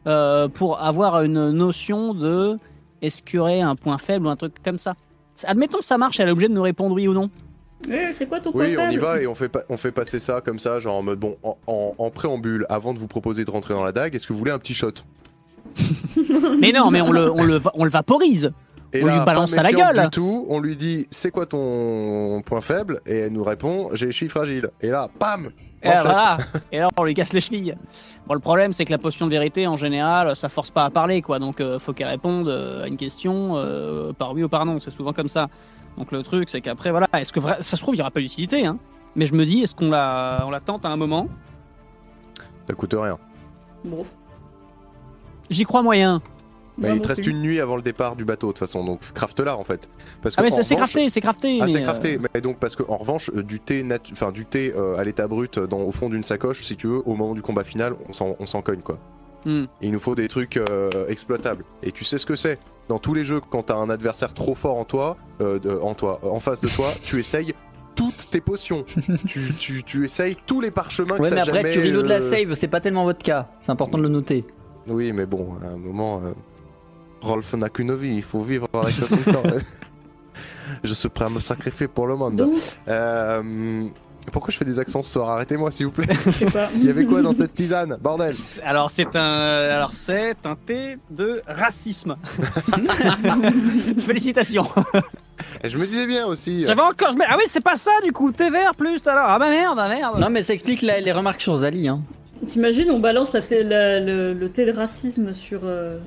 S3: Euh, pour avoir une notion de est-ce qu'il y aurait un point faible ou un truc comme ça. Admettons que ça marche, elle est obligée de nous répondre oui ou non.
S4: Eh, c'est quoi ton
S2: Oui, on
S4: portable
S2: y va et on fait, pa- on fait passer ça comme ça, genre en mode bon, en, en- en préambule, avant de vous proposer de rentrer dans la dague, est-ce que vous voulez un petit shot
S3: Mais non, mais on le, on le, va- on le vaporise.
S2: Et
S3: On lui balance
S2: pas
S3: à la
S2: méfiante
S3: gueule.
S2: Du tout, on lui dit c'est quoi ton point faible Et elle nous répond j'ai les chevilles fragiles. Et là, pam
S3: Et là,
S2: <laughs>
S3: voilà. Et là, on lui casse les chevilles. Bon, le problème, c'est que la potion de vérité, en général, ça force pas à parler, quoi. Donc, euh, faut qu'elle réponde euh, à une question euh, par oui ou par non. C'est souvent comme ça. Donc, le truc, c'est qu'après, voilà. Est-ce que vra- ça se trouve, il y aura pas d'utilité, hein Mais je me dis, est-ce qu'on la, on la tente à un moment
S2: Ça coûte rien.
S4: Bon.
S3: J'y crois moyen.
S2: Mais
S4: Moi
S2: il
S4: non
S2: te reste
S4: plus.
S2: une nuit avant le départ du bateau de toute façon, donc crafte-la en fait. Parce
S3: Ah, mais
S2: en
S3: c'est c'est
S2: revanche-
S3: crafté, c'est crafté.
S2: Ah,
S3: mais,
S2: c'est
S3: euh,
S2: crafté, mais donc parce que en revanche, euh, du thé, natu- euh, enfin du thé euh, à l'état brut dans, au fond d'une sacoche, si tu veux, au moment du combat final, on s'en on s'en cogne quoi.
S3: Hmm.
S2: Et il nous faut des trucs euh, exploitables. Et tu sais ce que c'est Dans tous les jeux, quand t'as un adversaire trop fort en toi, euh, de- en toi, euh, en face de toi, tu essayes toutes tes <laughs> potions. tu, tu, tu essayes tous les parchemins que
S1: Ouais,
S2: t'as
S1: mais après,
S2: jamais,
S1: tu rideaux de la
S2: euh,
S1: save, c'est pas tellement votre cas. C'est important de le noter.
S2: Oui, mais bon, à un moment, euh, Rolf n'a qu'une vie, il faut vivre avec son <laughs> temps. Je suis prêt à me sacrifier pour le monde.
S4: Donc,
S2: Euh, pourquoi je fais des accents ce soir Arrêtez-moi, s'il vous plaît.
S4: je sais pas.
S2: <laughs> Il y avait quoi dans cette tisane Bordel
S3: C'est- Alors c'est un, alors c'est un thé de
S2: <laughs>
S3: racisme. <laughs> Félicitations.
S2: Et Je me disais bien aussi. euh,
S3: Ça va encore. je mets- Ah oui, c'est pas ça du coup. Thé vert plus. Alors ah bah merde, ah merde. <laughs>
S1: Non, mais ça explique la- les remarques sur Zali. Hein.
S4: T'imagines, on balance la thé- la- le, le thé de racisme sur, euh,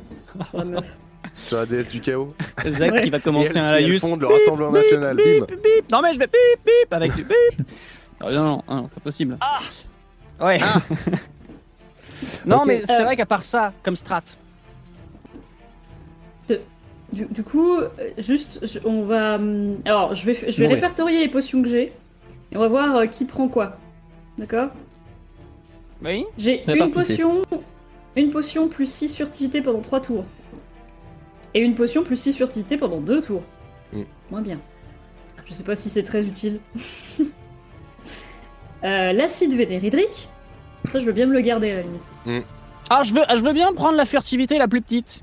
S4: sur la
S2: <laughs>
S4: meuf.
S2: Sur la déesse du chaos.
S3: Zach
S4: Ouais.
S3: qui va
S2: Et
S3: commencer
S2: elles-
S3: un
S2: et elles
S3: laïus.
S2: fondent le Rassemblement
S3: Bip,
S2: National.
S3: bip,
S2: Bim.
S3: bip. Non mais je vais bip bip avec du bip. <laughs> Non non non, non, pas possible. Ouais.
S2: Ah.
S3: <laughs> non
S1: Ok.
S3: mais c'est
S4: Euh.
S3: vrai qu'à part ça, comme strat.
S4: Du, du coup, euh, juste, je- on va. hum, Alors, je vais, f- je vais
S1: Mourir.
S4: répertorier les potions que j'ai. Et on va voir euh, qui prend quoi. D'accord
S3: Oui.
S4: J'ai une
S1: Répartissez.
S4: potion. Une potion plus 6 furtivité pendant 3 tours. Et une potion plus 6 furtivité pendant 2 tours.
S2: Mm.
S4: Moins bien. Je sais pas si c'est très utile. <laughs> Euh, L'acide vénéridrique. Ça, je veux bien me le garder à la limite.
S3: Ah je veux, ah, je veux bien prendre la furtivité la plus petite.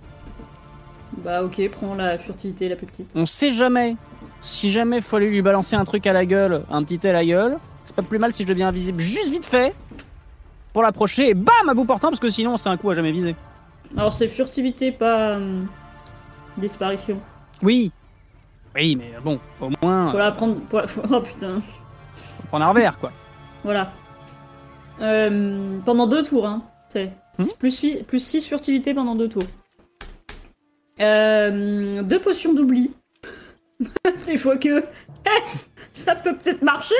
S4: Bah, ok, prends la furtivité la plus petite.
S3: On sait jamais. Si jamais faut aller lui balancer un truc à la gueule, un petit thé à la gueule, c'est pas plus mal si je deviens invisible juste vite fait pour l'approcher et bam à bout portant parce que sinon c'est un coup à jamais viser.
S4: Alors, c'est furtivité, pas. hum, disparition.
S3: Oui. Oui mais bon, au moins
S4: Faut
S3: euh,
S4: la prendre. faut la- <laughs> faut- Oh putain.
S3: faut prendre un revers quoi.
S4: Voilà. Euh, pendant deux tours, hein. C'est
S3: Hmm
S4: c'est plus, six- plus 6 furtivité pendant deux tours. Euh, deux potions d'oubli. <laughs> Des fois que. <laughs> eh, ça peut peut-être marcher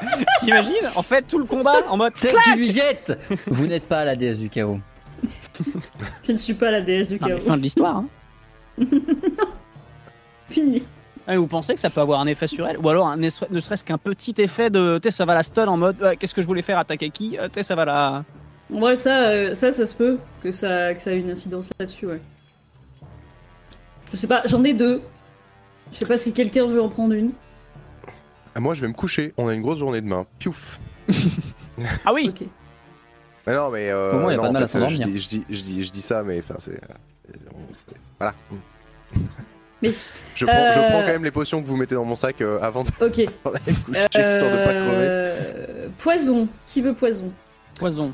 S3: <laughs> T'imagines En fait tout le combat en mode
S1: C'est
S3: clac
S1: tu lui jettes Vous n'êtes pas la déesse du chaos.
S4: Je ne suis pas la déesse du
S3: Non, mais
S4: chaos.
S3: fin de l'histoire. Hein.
S4: <laughs> Fini.
S3: Ah, vous pensez que ça peut avoir un effet sur elle Ou alors un es- ne serait-ce qu'un petit effet de T'es ça va la stun en mode Ouais, Qu'est-ce que je voulais faire attaquer qui Euh, T'es ça va la.
S4: En vrai, ça, euh, ça, ça se peut que ça, que ça ait une incidence là-dessus, ouais. Je sais pas, j'en ai deux. Je sais pas si quelqu'un veut en prendre une.
S2: Ah, Moi, je vais me coucher. On a une grosse journée demain. Piouf.
S3: Ah oui
S4: Ok.
S2: Mais non, mais. euh,
S1: Au moins, il y a
S2: non,
S1: pas de mal
S2: en
S1: à
S2: fait,
S1: s'endormir.
S2: je dis, je, dis, je, dis, je dis ça, mais enfin, c'est. euh, on- c'est- Voilà.
S4: Mais-
S2: <laughs> je, prends, je
S4: Euh.
S2: prends quand même les potions que vous mettez dans mon sac euh, avant de-
S4: Ok.
S2: avant d'aller me coucher, histoire de pas crever.
S4: Euh, Poison. Qui veut poison
S3: <laughs> Poison.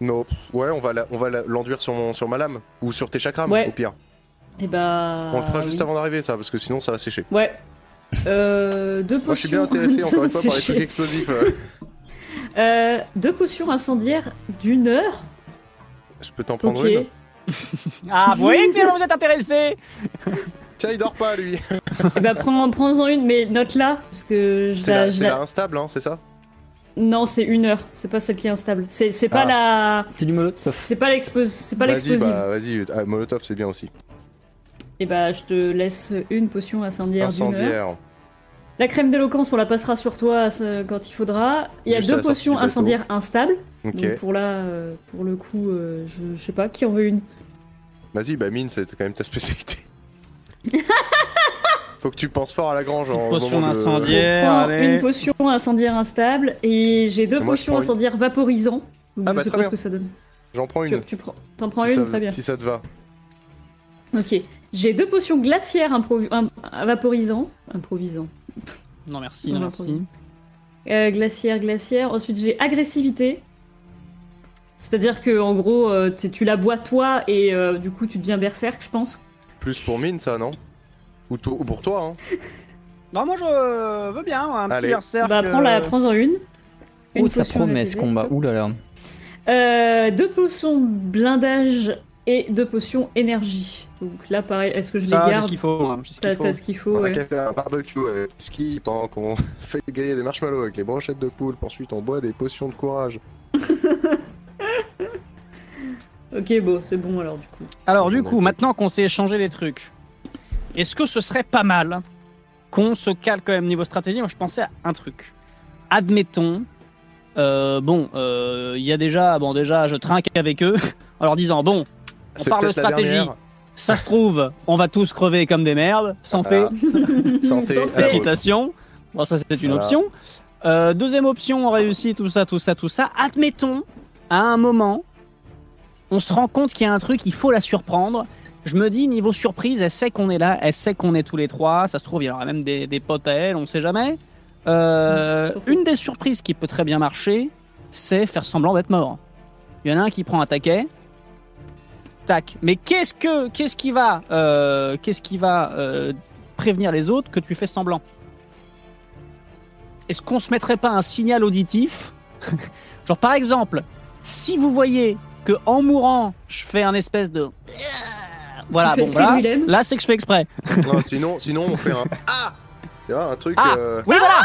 S2: Non,
S4: euh,
S2: ouais, on va la- on va la- l'enduire sur, mon- sur ma lame ou sur tes chakrams
S4: Ouais.
S2: au pire.
S4: Eh ben.
S2: On le fera juste
S4: oui.
S2: avant d'arriver, ça, parce que sinon ça va sécher.
S4: Ouais. Euh, deux potions.
S2: Moi je suis bien intéressé
S4: <laughs>
S2: encore une fois par les
S4: C'est
S2: trucs
S4: chier.
S2: explosifs. euh.
S4: <laughs> Euh, deux potions incendiaires d'une heure.
S2: Je peux t'en prendre
S4: Ok.
S2: une
S4: Eh
S3: Ah, vous voyez finalement vous êtes intéressé
S2: Tiens, il dort pas lui
S4: ben prends, prends-en une, mais note-la parce que je
S2: C'est
S4: la,
S2: la,
S4: je
S2: c'est
S4: la-
S2: la instable, hein, c'est ça
S4: Non, c'est une heure. C'est pas celle qui est instable. C'est, c'est pas
S2: Ah. <laughs>
S4: la.
S1: C'est du molotov.
S4: C'est pas l'expos. C'est pas
S2: Vas-y,
S4: l'explosive.
S2: bah, vas-y, ah, Molotov c'est bien aussi.
S4: Et bah je te laisse une potion incendiaire, d'une heure.
S2: Incendiaire.
S4: La crème d'éloquence, on la passera sur toi euh, quand il faudra. Il y a
S2: Juste à
S4: deux
S2: la sortie
S4: potions
S2: du bateau.
S4: incendiaires instables.
S2: Ok,
S4: Donc pour là, euh, pour le coup, euh, je, je sais pas qui en veut une.
S2: vas-y, bah mine, c'est quand même
S4: <laughs>
S2: ta spécialité. Faut que tu penses fort à la grange hein, en
S3: Potion
S2: incendiaire
S3: d'incendiaire,
S4: prends
S3: allez.
S4: une potion incendiaire instable et j'ai deux
S2: Et moi, je
S4: potions
S2: prends une.
S4: incendiaires vaporisantes. Donc
S2: Ah
S4: je
S2: bah,
S4: sais pas
S2: très
S4: ce
S2: bien.
S4: que ça donne.
S2: J'en prends
S4: Tu,
S2: une.
S4: tu prends, t'en prends
S2: si
S4: une,
S2: ça-
S4: très bien.
S2: Si ça te va.
S4: Ok. J'ai deux potions glaciaires improvi- im- vaporisantes. Improvisant.
S3: Non, merci,
S4: Non,
S3: non,
S4: j'ai
S3: merci.
S4: Euh, glaciaire, glaciaire. Ensuite j'ai agressivité. C'est-à-dire que en gros, euh, tu tu la bois toi et euh, du coup tu deviens berserk, je pense.
S2: Plus pour mine, ça, non ou, to- ou pour toi, hein
S3: Non, moi je veux bien, un
S2: Allez.
S3: petit berserk. euh,
S4: Bah prends la, prends-en une.
S1: Oh, ça
S4: potion
S1: promet ce
S4: agressivité.
S1: combat. Ouh là là.
S4: Euh, deux potions blindage et deux potions énergie. Donc là, pareil, est-ce que je
S3: Ça,
S4: les
S3: j'ai ce
S4: garde
S3: qu'il faut. hein, j'ai ce qu'il
S4: T'as
S3: faut.
S4: t'as ce qu'il faut,
S2: On a
S4: ouais.
S2: qu'à faire un barbecue euh, ski pendant qu'on <laughs> fait griller des marshmallows avec les brochettes de poule. Ensuite, on boit des potions de courage.
S4: Ok, bon, c'est bon alors du coup.
S3: Alors du coup, maintenant qu'on s'est échangé les trucs, est-ce que ce serait pas mal qu'on se cale quand même niveau stratégie Moi, je pensais à un truc. Admettons, euh, bon, euh, il y a déjà, bon déjà, je trinque avec eux. <laughs> en leur disant bon, on
S2: C'est
S3: parle
S2: peut-être la
S3: stratégie,
S4: <laughs>
S2: dernière.
S3: ça se trouve, on va tous crever comme des merdes, santé,
S2: Ah, Santé. Ah,
S4: Santé.
S2: à la haute.
S3: Citation. Bon, ça, c'est une
S2: Voilà.
S3: option. Euh, deuxième option, on réussit, tout ça, tout ça, tout ça. Admettons, à un moment, on se rend compte qu'il y a un truc, il faut la surprendre. Je me dis, niveau surprise, elle sait qu'on est là, elle sait qu'on est tous les trois. Ça se trouve, il y aura même des, des potes à elle, on sait jamais. Euh, une des surprises qui peut très bien marcher, c'est faire semblant d'être mort. Il y en a un qui prend un taquet. Tac. Mais qu'est-ce que, qu'est-ce qui va, euh, qu'est-ce qui va euh, prévenir les autres que tu fais semblant. Est-ce qu'on se mettrait pas un signal auditif <laughs> Genre par exemple, si vous voyez que en mourant, je fais un espèce de voilà,
S4: Tu
S3: bon
S4: fais Ah. le cri de
S3: voilà.
S4: Willem
S3: Là, c'est que je fais exprès.
S2: Non, sinon, sinon, on fait un Ah Tu vois, un truc.
S3: Ah
S2: euh,
S3: Oui, voilà.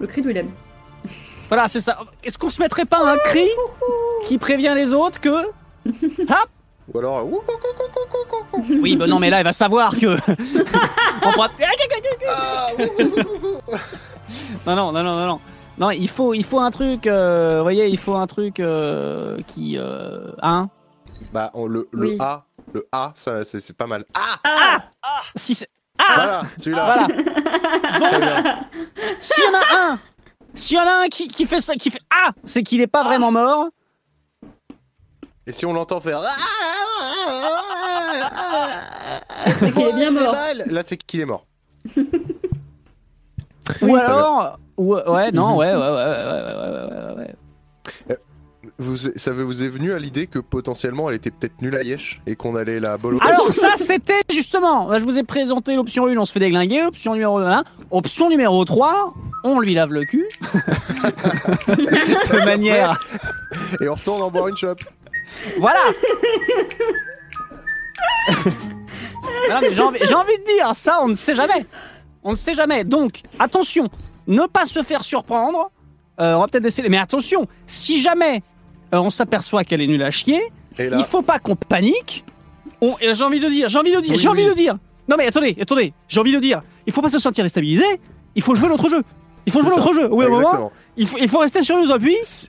S4: Le cri de Willem.
S3: Voilà, c'est ça. Est-ce qu'on se mettrait pas un cri qui prévient les autres
S4: <laughs>
S3: que
S2: Ou alors. euh, Ouh,
S3: Oui, ben non, mais là, il va savoir que <laughs> on pourra-
S2: ah, ouh, ouh, ouh, ouh, ouh.
S3: Non, non, non, non, non, non. Non, il faut, il faut un truc, euh, vous voyez, il faut un truc euh, qui, euh, hein,
S2: <laughs> Bah, on- le, le
S4: Oui.
S2: A, le A, ça, c'est c'est pas mal. Ah
S4: Ah,
S3: si c'est-
S2: Voilà, celui-là.
S3: Ah
S2: <laughs>
S3: voilà,
S2: Très bien.
S3: S'il y en a un, s'il y en a un qui, qui fait ça, qui fait ah, c'est qu'il est pas vraiment mort.
S2: Et si on l'entend faire Ah, ah, ah, ah,
S4: C'est qu'il est bien
S2: ah, ah,
S4: mort.
S2: balle Là, c'est qu'il est mort.
S3: Ou alors, ou, ouais, non, ouais, ouais, ouais, ouais, ouais, ouais, ouais, ouais, ouais.
S2: Vous, ça vous est venu à l'idée que potentiellement elle était peut-être nulle à Yesh et qu'on allait la bolosser
S3: Alors ça, c'était justement, bah, je vous ai présenté l'option 1, on se fait déglinguer, option numéro 1, option numéro 3, on lui lave le
S2: <laughs>
S3: cul. De manière,
S2: et on retourne en boire une chope
S3: voilà. Non, mais j'ai envie, j'ai envie de dire, ça, on ne sait jamais. On ne sait jamais. Donc, attention, ne pas se faire surprendre. Euh, on va peut-être essayer. Mais attention, si jamais euh, on s'aperçoit qu'elle est nulle à chier,
S2: Et là,
S3: il faut pas qu'on panique. On- et J'ai envie de dire, j'ai envie de dire,
S2: Oui,
S3: j'ai envie
S2: oui.
S3: de dire. Non mais attendez, attendez, j'ai envie de dire. Il faut pas se sentir déstabilisé. Il faut jouer l'autre jeu. Il faut
S2: C'est
S3: jouer
S2: ça.
S3: l'autre jeu. Oui, au moment,
S2: exactement.
S3: il faut, il faut rester sur nos appuis.
S2: Si-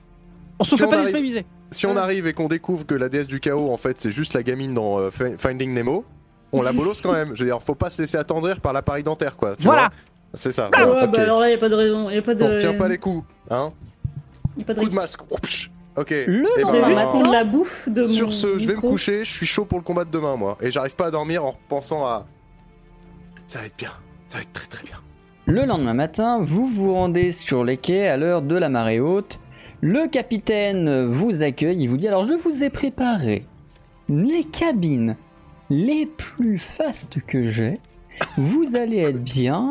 S3: On se
S2: si
S3: fait
S2: on
S3: pas
S2: arrive-
S3: déstabiliser.
S2: Si
S3: Euh.
S2: on arrive et qu'on découvre que la déesse du chaos, en fait, c'est juste la gamine dans euh, Fi- Finding Nemo, on la bolosse quand même. Je veux dire, faut pas se laisser attendrir par l'appareil dentaire, quoi. tu
S3: Voilà.
S2: vois. C'est ça.
S4: Ah
S2: voilà,
S4: ouais,
S2: ok.
S4: bah alors là, y a pas de raison. Y a pas de.
S3: euh,
S2: On retient pas les coups, hein
S4: y a pas de
S2: Coup de
S4: risque.
S2: masque. Oupch. Ok.
S3: Le
S2: Eh
S4: C'est
S2: ben,
S4: juste prendre la bouffe de mon.
S2: Sur ce, je vais me
S4: micro.
S2: coucher, je suis chaud pour le combat de demain, moi. Et j'arrive pas à dormir en pensant à. Ça va être bien, ça va être très très bien.
S1: Le lendemain matin, vous vous rendez sur les quais à l'heure de la marée haute. Le capitaine vous accueille, il vous dit alors je vous ai préparé les cabines les plus fastes que j'ai. Vous allez être bien.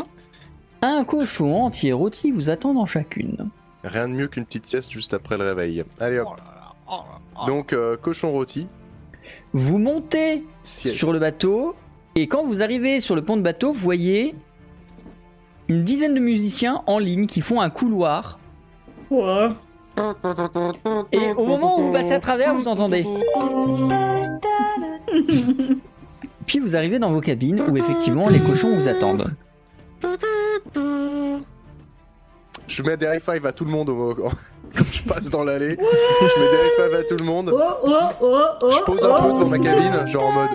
S1: Un cochon entier rôti vous attend dans chacune.
S2: Rien de mieux qu'une petite sieste juste après le réveil. Allez hop.
S3: Oh là là, oh là là.
S2: Donc, euh, cochon rôti,
S1: Vous montez
S2: sieste.
S1: sur le bateau et quand vous arrivez sur le pont de bateau, vous voyez une dizaine de musiciens en ligne qui font un couloir
S4: Ouais.
S1: et au moment où vous passez à travers, vous
S3: <laughs>
S1: entendez. Puis vous arrivez dans vos cabines où effectivement les cochons vous attendent.
S2: Je mets des high five à tout le monde au <laughs> moment- quand je passe dans l'allée. je mets des high five à tout le monde.
S4: Oh, oh, oh, oh.
S2: je pose un
S4: oh.
S2: peu dans ma cabine, genre en mode.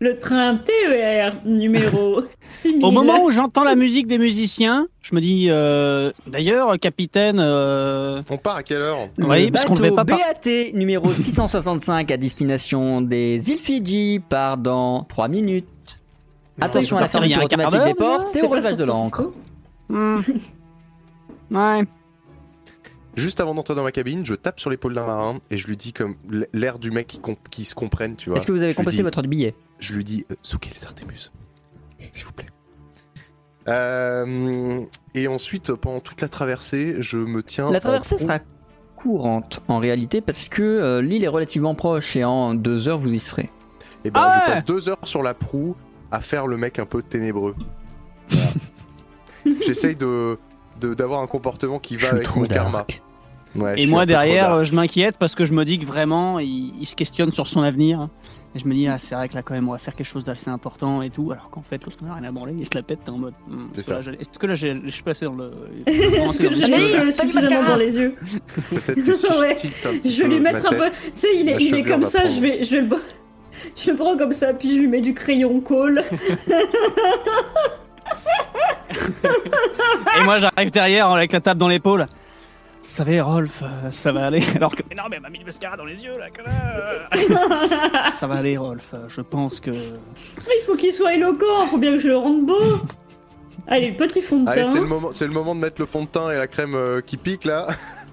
S4: Le train TER
S2: <laughs>
S4: numéro 6000.
S3: Au moment où j'entends la musique des musiciens, je me dis euh, d'ailleurs capitaine euh,
S2: On part à quelle heure
S3: Oui,
S1: le
S3: parce qu'on
S1: bateau
S3: le fait pas par-
S1: BAT
S3: <laughs>
S1: numéro 665 à destination des îles Fidji part dans 3 minutes. Attention à la
S3: je vais partir il y a
S1: fermeture
S3: un quart
S1: automatique
S3: d'heure,
S1: des portes,
S4: déjà
S1: c'est
S4: C'est
S1: au
S4: pas
S1: relevage
S4: San
S1: de l'encre.
S4: Francisco <laughs>
S3: hmm. Ouais.
S2: Juste avant d'entrer dans ma cabine, je tape sur l'épaule d'un marin et je lui dis comme l- l'air du mec qui, comp- qui se comprenne, tu vois.
S1: Est-ce que vous avez
S2: Je lui
S1: composté
S2: dis-
S1: votre billet
S2: Je lui dis, euh, Souquet les Artémus, s'il vous plaît. Euh, et ensuite, pendant toute la traversée, je me tiens.
S1: La
S2: en
S1: traversée
S2: proue.
S1: sera courante en réalité parce que euh, l'île est relativement proche et en 2 heures vous y serez.
S2: Eh ben,
S3: Ah ouais
S2: je passe deux heures sur la proue à faire le mec un peu ténébreux.
S4: <laughs>
S2: Voilà. J'essaye de de- d'avoir un comportement qui va
S1: Je suis
S2: avec
S1: trop
S2: mon karma.
S1: dark.
S2: Ouais, je
S3: Et
S2: suis un
S3: moi
S2: peu trop
S3: derrière,
S2: dark.
S3: euh, je m'inquiète parce que je me dis que vraiment, il, il se questionne sur son avenir. Et je me dis, ah, c'est vrai que là quand même, on va faire quelque chose d'assez important et tout. Alors qu'en fait, l'autre n'a rien à branler, il se la pète, t'es en mode. hmm,
S2: C'est
S3: est-ce que là,
S2: ça.
S3: j'ai- Est-ce que là, j'ai- je suis passé dans le.
S4: <laughs> Est-ce que j'ai
S6: Ah, mais
S4: le
S6: oui, pas du
S4: suffisamment
S6: mascara.
S4: dans les yeux
S2: Peut-être
S4: <laughs>
S2: que si
S4: Ouais.
S2: je tilte un petit
S4: Je vais
S2: peu
S4: lui
S2: ma
S4: mettre un
S2: tête-
S4: peu. Tu sais, il est,
S2: Ma
S4: il est
S2: chevelure
S4: comme
S2: va
S4: ça,
S2: prendre.
S4: je vais, je vais le. bo- Je le prends comme ça, puis je lui mets du crayon
S2: <laughs>
S4: colle.
S3: Et moi, j'arrive derrière avec la table dans l'épaule. Vous savez, Rolf, euh, ça va aller. Alors
S4: <laughs>
S3: que. Mais non, mais elle m'a mis du mascara dans les yeux, là, quand même. ça va aller, Rolf. euh, Je pense que.
S4: Il faut qu'il soit éloquent, faut bien que je le rende beau. Allez, le petit fond de teint.
S2: Allez, c'est le, moment, c'est le moment de mettre le fond de teint et la crème euh, qui pique là.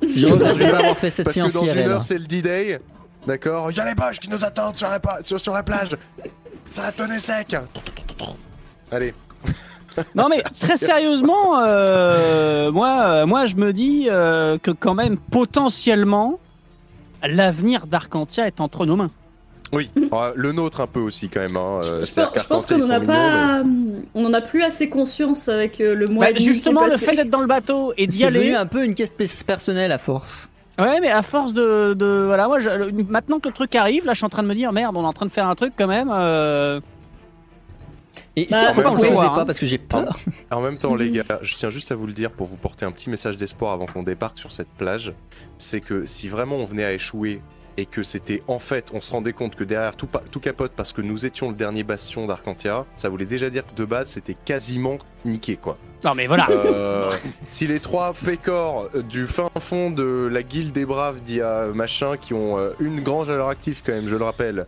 S1: Je
S2: <laughs>
S1: regrette de pas avoir fait cette
S2: Parce que
S1: séance
S2: dans une
S1: IRL.
S2: heure, c'est le D-Day. D'accord Il y a les boches qui nous attendent sur la, pa- sur, sur la plage. Ça va tenir sec. Allez.
S3: Non mais très sérieusement, euh, moi, euh, moi je me dis euh, que quand même potentiellement l'avenir d'Arcantia est entre nos mains.
S2: Oui, euh, le nôtre un peu aussi quand même. Hein.
S4: Je,
S2: euh,
S4: je
S2: c'est-à-dire
S4: pense, je pense qu'on
S2: qu'Arpenté, ils
S4: n'en a
S2: sont mignons, mais-
S4: pas, on n'en a plus assez conscience avec euh, le mois.
S3: Bah,
S4: et demi qui est
S3: justement, le
S4: passé.
S3: fait d'être dans le bateau et d'y
S1: C'est devenu
S3: aller.
S1: un peu une caisse pe- personnelle à force.
S3: Ouais, mais à force de, de- voilà, moi, je- le- maintenant que le truc arrive, là, je suis en train de me dire merde, on est en train de faire un truc quand même. euh,
S1: Et
S4: Bah,
S1: si encore
S2: en
S1: on
S2: même
S1: le faisait
S3: temps,
S1: pas
S3: hein.
S1: parce que j'ai peur.
S2: En même temps, les gars, je tiens juste à vous le dire pour vous porter un petit message d'espoir avant qu'on débarque sur cette plage. C'est que si vraiment on venait à échouer et que c'était en fait, on se rendait compte que derrière tout, pa- tout capote parce que nous étions le dernier bastion d'Arcantia, ça voulait déjà dire que de base c'était quasiment niqué quoi.
S3: Non mais voilà.
S2: Euh, si les trois pécores euh, du fin fond de la guilde des braves d'IA machin qui ont euh, une grange à leur actif quand même, je le rappelle.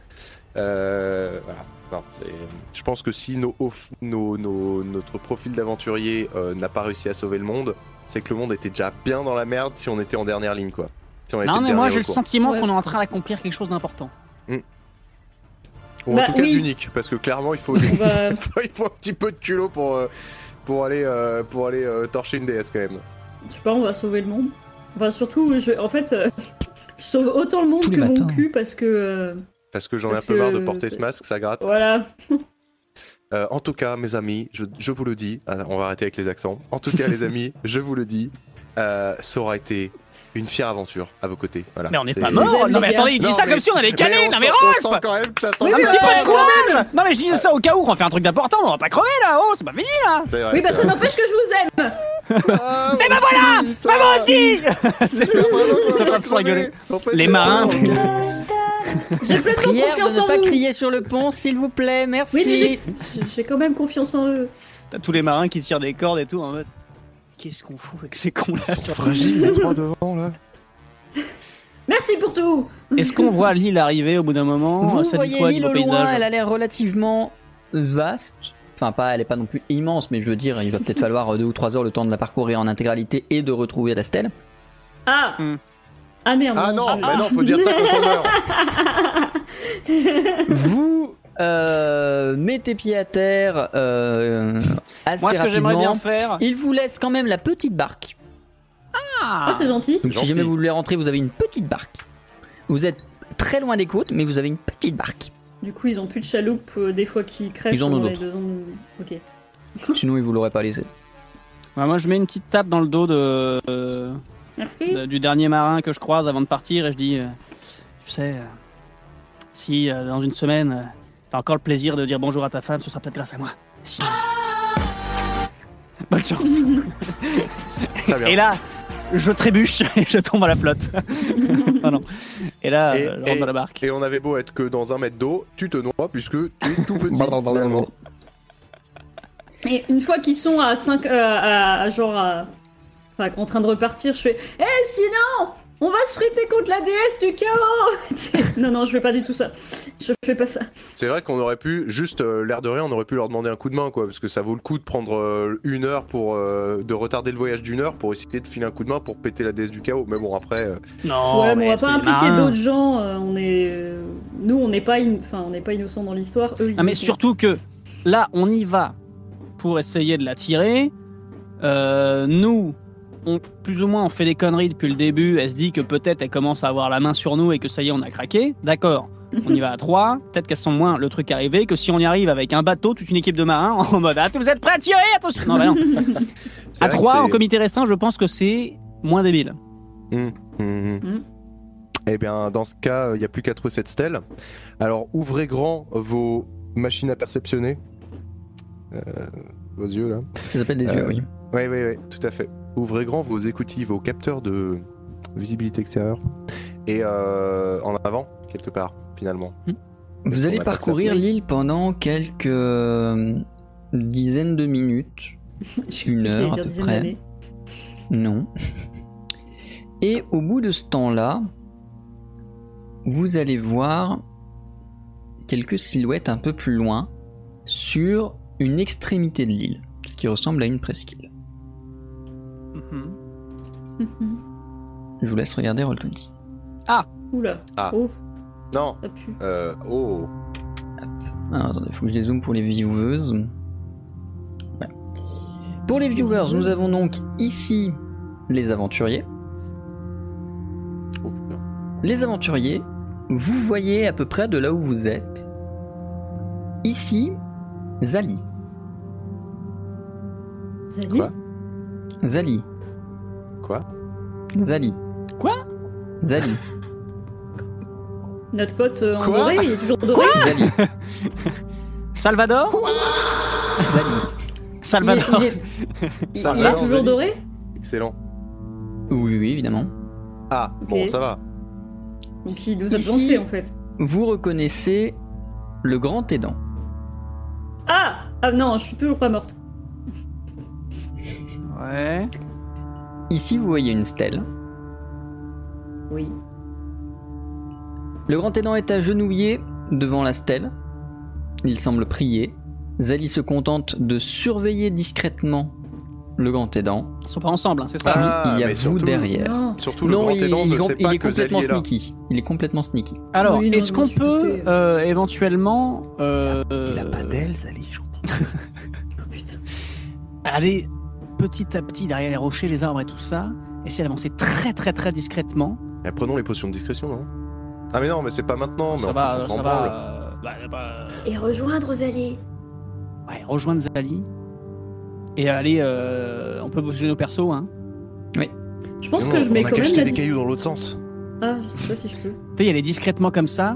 S2: Euh, voilà. Non, c'est- je pense que si nos, off- nos- nos- notre profil d'aventurier euh, n'a pas réussi à sauver le monde, c'est que le monde était déjà bien dans la merde si on était en dernière ligne quoi. Si on était
S3: non mais
S2: dernier
S3: moi j'ai le
S2: recours.
S3: sentiment
S4: Ouais.
S3: qu'on est en train d'accomplir quelque chose d'important.
S2: Ou en
S4: Bah
S2: tout cas
S4: oui.
S2: d'unique, parce que clairement il faut, <laughs> il
S4: On va-
S2: faut- il faut un petit peu de culot pour, euh, pour aller, euh, pour aller euh, torcher une déesse quand même.
S4: Je sais pas, on va sauver le monde. Enfin, surtout, je- en fait, euh, je sauve autant le monde
S1: Tous les
S4: que mon
S1: matins.
S4: cul parce que. euh,
S2: Parce que j'en ai un
S4: Parce
S2: peu marre de
S4: que-
S2: porter ce masque, ça gratte.
S4: voilà.
S2: Euh, en tout cas, mes amis, je, je vous le dis, Ah, on va arrêter avec les accents. En tout cas, les amis, je vous le dis, euh, ça aura été une fière aventure à vos côtés. Voilà.
S3: Mais on n'est
S2: C'est-
S3: pas
S4: Vous
S3: mort.
S4: aimez
S3: Non mais
S4: bien.
S3: attendez, il dit
S2: Non,
S3: ça comme
S2: mais
S3: si on allait
S2: si-
S3: caler.
S2: mais
S3: Non
S2: on
S3: mais
S2: sent-
S3: Rolf.
S2: On sent quand même que ça sent
S4: Oui,
S3: Un
S2: pas
S4: mais
S3: petit
S4: c'est
S2: mal.
S3: peu de quand même Non mais je disais ça au cas où on fait un truc d'important, on va pas crever là, oh c'est pas fini là
S2: C'est vrai,
S4: Oui, bah
S2: c'est
S4: ça
S2: vrai.
S4: n'empêche que je vous aime.
S2: Ah, Mais bah voilà
S1: <laughs>
S3: Maman aussi <laughs>
S2: Ils
S3: sont en train de se rigoler. Les marins.
S4: J'ai pleinement
S1: Prière de
S4: confiance en
S1: ne pas
S4: vous.
S1: crier sur le pont, s'il vous plaît, merci.
S4: Oui, mais j'ai- J'ai quand même confiance en eux.
S3: T'as tous les marins qui tirent des cordes et tout en mode Qu'est-ce qu'on fout avec ces cons là sur-
S2: fragiles les trois devant là.
S4: Merci pour tout.
S3: Est-ce qu'on voit l'île arriver au bout d'un moment
S1: Vous
S3: Oh, Ça dit
S1: voyez
S3: quoi du
S1: l'île
S3: beau
S1: au loin,
S3: paysage
S1: elle a l'air relativement vaste. Enfin, pas, elle est pas non plus immense, mais je veux dire, il va peut-être falloir euh, deux ou trois heures le temps de la parcourir en intégralité et de retrouver la stèle.
S4: Ah.
S3: Hmm.
S4: Ah merde.
S2: Ah non,
S4: ah.
S2: mais non, faut dire ça quand on meurt.
S1: <laughs> Vous euh, mettez pied à terre euh, assez
S3: Moi ce que j'aimerais
S1: rapidement.
S3: bien faire.
S1: Il vous laisse quand même la petite barque.
S4: Ah, c'est gentil.
S1: Donc, si
S2: Gentil.
S1: jamais vous voulez rentrer, vous avez une petite barque. Vous êtes très loin des côtes, mais vous avez une petite barque.
S4: Du coup, ils ont plus de chaloupe euh, des fois qui crèvent
S1: Ils en ont
S4: pendant les
S1: d'autres.
S4: deux ans. Ok.
S1: Sinon, ils vous l'auraient pas laissé.
S3: Ouais, bah, moi je mets une petite tape dans le dos de, euh,
S4: Merci.
S3: de- du dernier marin que je croise avant de partir et je dis euh, Tu sais, euh, si euh, dans une semaine euh, t'as encore le plaisir de dire bonjour à ta femme, ce sera peut-être grâce à moi. Si-
S1: Ah.
S3: Bonne chance
S2: Très bien.
S3: Et là, je trébuche <laughs> et je tombe à la
S4: <laughs>
S3: flotte. Ah non. Et là,
S2: Et-
S3: euh, je rentre
S2: et-
S3: dans la barque.
S2: Et on avait beau être que dans un mètre d'eau, tu te noies puisque tu es tout petit. finalement.
S4: Et une fois qu'ils sont à 5, à, à- genre à- enfin, en train de repartir, je fais Eh sinon, on va se friter contre la déesse du chaos <laughs> Non, non, je fais pas du tout ça. Je fais pas ça.
S2: C'est vrai qu'on aurait pu, juste euh, l'air de rien, on aurait pu leur demander un coup de main, quoi, parce que ça vaut le coup de prendre euh, une heure pour. euh, de retarder le voyage d'une heure pour essayer de filer un coup de main pour péter la déesse du chaos. Mais bon, après. euh,
S1: Oh,
S3: Non,
S4: ouais, mais on va
S3: c'est
S4: pas
S3: les
S4: impliquer
S3: marins.
S4: d'autres gens. euh, on est, euh, nous, on n'est pas, in- enfin, on n'est pas innocents dans l'histoire. Eux, ils
S1: Ah,
S3: Non, mais
S4: le sont.
S3: surtout que là, on y va pour essayer de la tirer. Euh, nous, on, plus ou moins, on fait des conneries depuis le début. Elle se dit que peut-être elle commence à avoir la main sur nous et que ça y est, on a craqué. D'accord. On y va à trois. Peut-être qu'elles sont moins le truc arrivé que si on y arrive avec un bateau, toute une équipe de marins <laughs> en mode Ah, vous êtes prêts à tirer Attention Non, bah non.
S2: c'est
S3: À
S2: vrai que
S3: trois, en
S2: c'est-
S3: comité restreint, je pense que c'est moins débile.
S2: Mhm.
S4: Mhm.
S2: Eh bien, dans ce cas, il n'y a plus qu'à trouver cette stèle. Alors, ouvrez grand vos machines à perceptionner. Euh, vos yeux, là.
S1: Ça s'appelle des
S2: Euh,
S1: yeux, oui.
S2: Oui, oui, oui, tout à fait. Ouvrez grand vos écoutilles, vos capteurs de visibilité extérieure. Et euh, en avant, quelque part, finalement.
S1: Vous allez
S2: on a pas de
S1: parcourir
S2: satellite.
S1: l'île pendant quelques euh, dizaines de minutes.
S4: <laughs> Je sais
S1: Une
S4: plus, j'allais
S1: heure, à
S4: dire
S1: peu
S4: dizaine
S1: près.
S4: d'années.
S1: Non. Et au bout de ce temps-là, vous allez voir quelques silhouettes un peu plus loin sur une extrémité de l'île, ce qui ressemble à une presqu'île.
S3: Mhm.
S4: Mhm.
S1: Je vous laisse regarder Roll20.
S4: Oula.
S2: Ah.
S4: Oh,
S2: Non
S4: ça pue.
S2: euh, Oh
S1: Alors Ah, attendez, faut que je les zoome pour les viewers. Voilà. Pour les viewers, nous avons donc ici les aventuriers.
S2: Oh, putain.
S1: Les aventuriers, vous voyez à peu près de là où vous êtes. Ici, Zali.
S4: Zali
S2: Quoi
S1: Zali.
S2: Quoi
S1: Zali.
S3: Quoi
S1: Zali.
S4: Notre pote euh, en
S2: Quoi
S4: doré, il est toujours doré.
S1: Zali.
S3: Salvador
S1: Zali.
S4: il, est-
S3: Salvador <laughs>
S4: il est- il
S2: <laughs> Ça
S4: est
S2: va,
S4: toujours
S2: Zali
S4: doré
S2: Excellent.
S1: Oui, oui, évidemment.
S2: Ah,
S4: Ok.
S2: bon, ça va.
S4: Donc il nous a
S1: Ici.
S4: dansé en fait.
S1: Vous reconnaissez le grand aidant.
S4: Ah Ah non, je suis toujours pas morte.
S3: Ouais.
S1: Ici, vous voyez une stèle.
S4: Oui.
S1: Le grand aidant est agenouillé devant la stèle. Il semble prier. Zali se contente de surveiller discrètement le grand aidant.
S3: Ils sont pas ensemble, hein, c'est ça
S2: Ah,
S1: il y a
S2: mais
S1: vous
S2: surtout-
S1: derrière.
S4: Non.
S2: Surtout, le grand
S1: il,
S2: aidant
S1: il-
S2: ne
S1: il-
S2: sait
S1: il
S2: pas
S1: est
S2: que Zali
S1: complètement
S2: est là.
S1: sneaky. Il est complètement sneaky.
S3: Alors,
S4: Oui, Ah non,
S3: est-ce
S4: je
S3: qu'on
S4: me suis
S3: peut
S4: doutée.
S3: euh, éventuellement euh,
S2: d'elle, Zali, je crois.
S4: Oh, putain.
S3: aller petit à petit derrière les rochers, les arbres et tout ça, essayer d'avancer très très très discrètement
S2: Eh, prenons les potions de discrétion, non Ah, mais non, mais c'est pas maintenant. Mais
S3: Ça
S2: en plus,
S3: va,
S2: on
S3: ça
S2: s'en branle.
S3: va. euh, bah, bah,
S6: Et rejoindre Zali.
S3: ouais, rejoindre Zali. Et aller, euh, on peut positionner nos persos, hein.
S4: Je pense
S2: Sinon,
S4: que je
S2: on
S4: mets
S2: a
S4: quand
S2: qu'à
S4: même
S2: jeter
S4: la
S2: des
S4: dis-
S2: cailloux dans l'autre sens.
S4: Ah, je sais pas si je peux.
S3: Tu sais, y aller discrètement comme ça.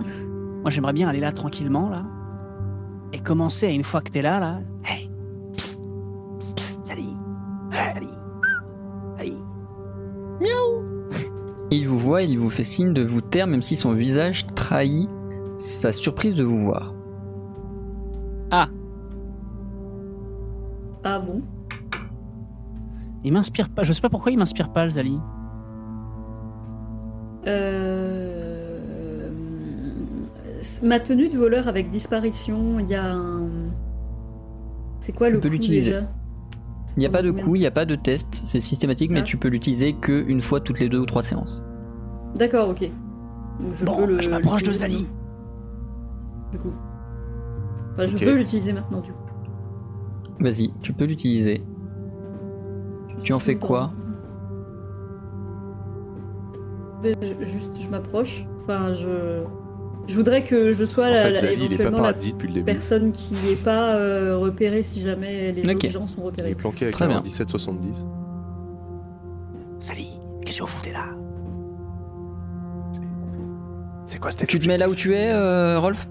S3: Moi, j'aimerais bien aller là tranquillement, là. Et commencer à une fois que t'es là, là. Hey, psst, psst, psst, Zali, Zali, Zali.
S1: Il vous voit, il vous fait signe de vous taire, même si son visage trahit sa surprise de vous voir.
S4: Ah bon
S3: Il m'inspire pas. Je sais pas pourquoi il m'inspire pas, le Zali.
S4: Euh, Ma tenue de voleur avec disparition, il y a un. C'est quoi le
S1: On peut
S4: coup
S1: l'utiliser.
S4: déjà
S1: Il n'y a pas de
S4: Merde.
S1: coup, il n'y a pas de test, c'est systématique, mais
S4: Ah.
S1: tu peux l'utiliser qu'une fois toutes les deux ou trois séances.
S4: D'accord, ok. Donc je peux
S3: Bon,
S4: le-
S3: je m'approche de
S4: l'utiliser
S3: Zali.
S4: maintenant, Du coup. Enfin,
S2: Ok.
S4: Je veux l'utiliser maintenant, du coup.
S1: Vas-y, tu peux l'utiliser. Tu en fais quoi
S4: Mais je- Juste, je m'approche. Enfin, je. Je voudrais que je sois
S2: En
S4: la,
S2: fait,
S4: la-
S2: Zali, il est pas
S4: éventuellement la
S2: paradis depuis le début.
S4: personne qui n'est pas euh, repérée si jamais les
S1: Ok.
S4: autres gens sont
S2: Il est
S4: repérés.
S2: planqué avec
S1: Très bien.
S2: un 1770.
S3: Zali, qu'est-ce que vous foutez là
S2: C'est quoi cette
S1: Tu te mets là où tu es, euh, Rolf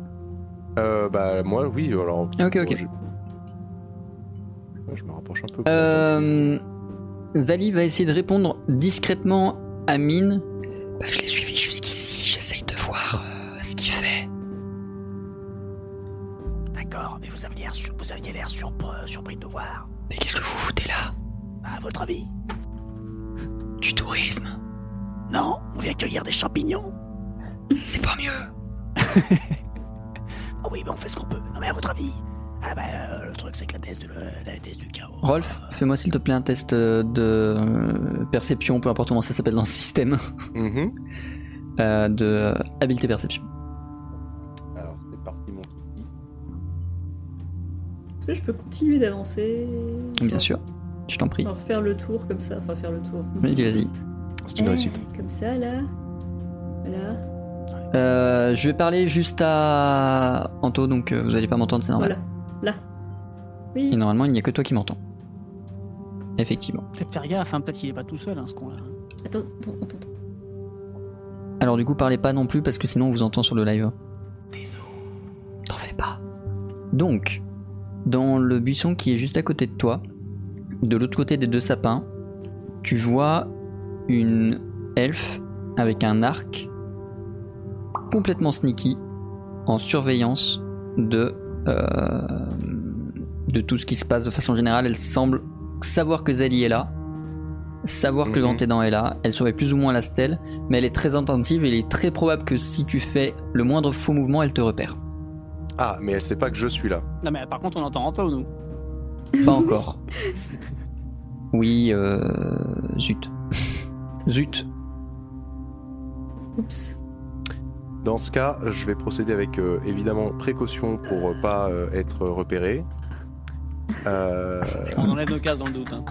S2: Euh, bah, moi, oui, alors.
S1: Ah, Ok,
S2: bon,
S1: ok.
S2: je... Ouais, je me rapproche un peu. pour entendre
S1: Euh, Zali va essayer de répondre discrètement à Mine. Bah, je l'ai suivi jusqu'ici, j'essaye de voir euh, ce qu'il fait.
S3: D'accord, mais vous aviez l'air, sur- vous aviez l'air surpre- surpris de nous voir. Bah,
S1: Mais qu'est-ce que vous foutez là
S3: À votre avis
S1: Du tourisme
S3: Non, on vient cueillir des champignons.
S1: C'est pas mieux
S3: Ah oui, mais on fait ce qu'on peut. Non, mais à votre avis Ah bah, euh, le truc, c'est que la thèse, de, le- la thèse du chaos.
S1: Rolf, fais-moi s'il te plaît un test euh, de euh, perception, peu importe comment ça s'appelle dans ce système,
S2: ça. Mhm.
S1: euh, de euh, habileté perception.
S2: Alors, c'est parti, mon kiki.
S4: Est-ce que je peux continuer d'avancer
S1: Bien sûr, je t'en prie.
S4: Genre faire le tour comme ça, enfin faire le tour.
S1: Vas-y, vas-y.
S2: C'est une
S4: Eh,
S2: réussite.
S4: Comme ça, là. Voilà.
S1: Euh, je vais parler juste à Anto, donc euh, vous n'allez pas m'entendre, c'est normal.
S4: Voilà. Là. Oui.
S1: Et normalement, il n'y a que toi qui m'entends. Effectivement.
S3: Peut-être faire gaffe, hein, peut-être qu'il est pas tout seul, hein, ce con-là.
S4: Attends, attends, attends. attends.
S1: Alors du coup, parlez pas non plus parce que sinon on vous entend sur le live. T'en fais pas. Donc, dans le buisson qui est juste à côté de toi, de l'autre côté des deux sapins, tu vois une elfe avec un arc complètement sneaky en surveillance de, euh, de tout ce qui se passe de façon générale. Elle semble savoir que Zali est là, savoir que
S2: Mhm.
S1: Gantédan est là, elle surveille plus ou moins la stèle, mais elle est très attentive et il est très probable que si tu fais le moindre faux mouvement, elle te repère.
S2: Ah, mais elle sait pas que je suis là.
S3: Non, mais par contre, on entend Anto, nous.
S1: Pas encore. <laughs> Oui, euh... zut. <laughs> Zut.
S4: Oups.
S2: Dans ce cas, je vais procéder avec euh, évidemment précaution pour euh, pas euh, être repéré. Euh, <laughs>
S3: On enlève nos cases dans le doute. hein.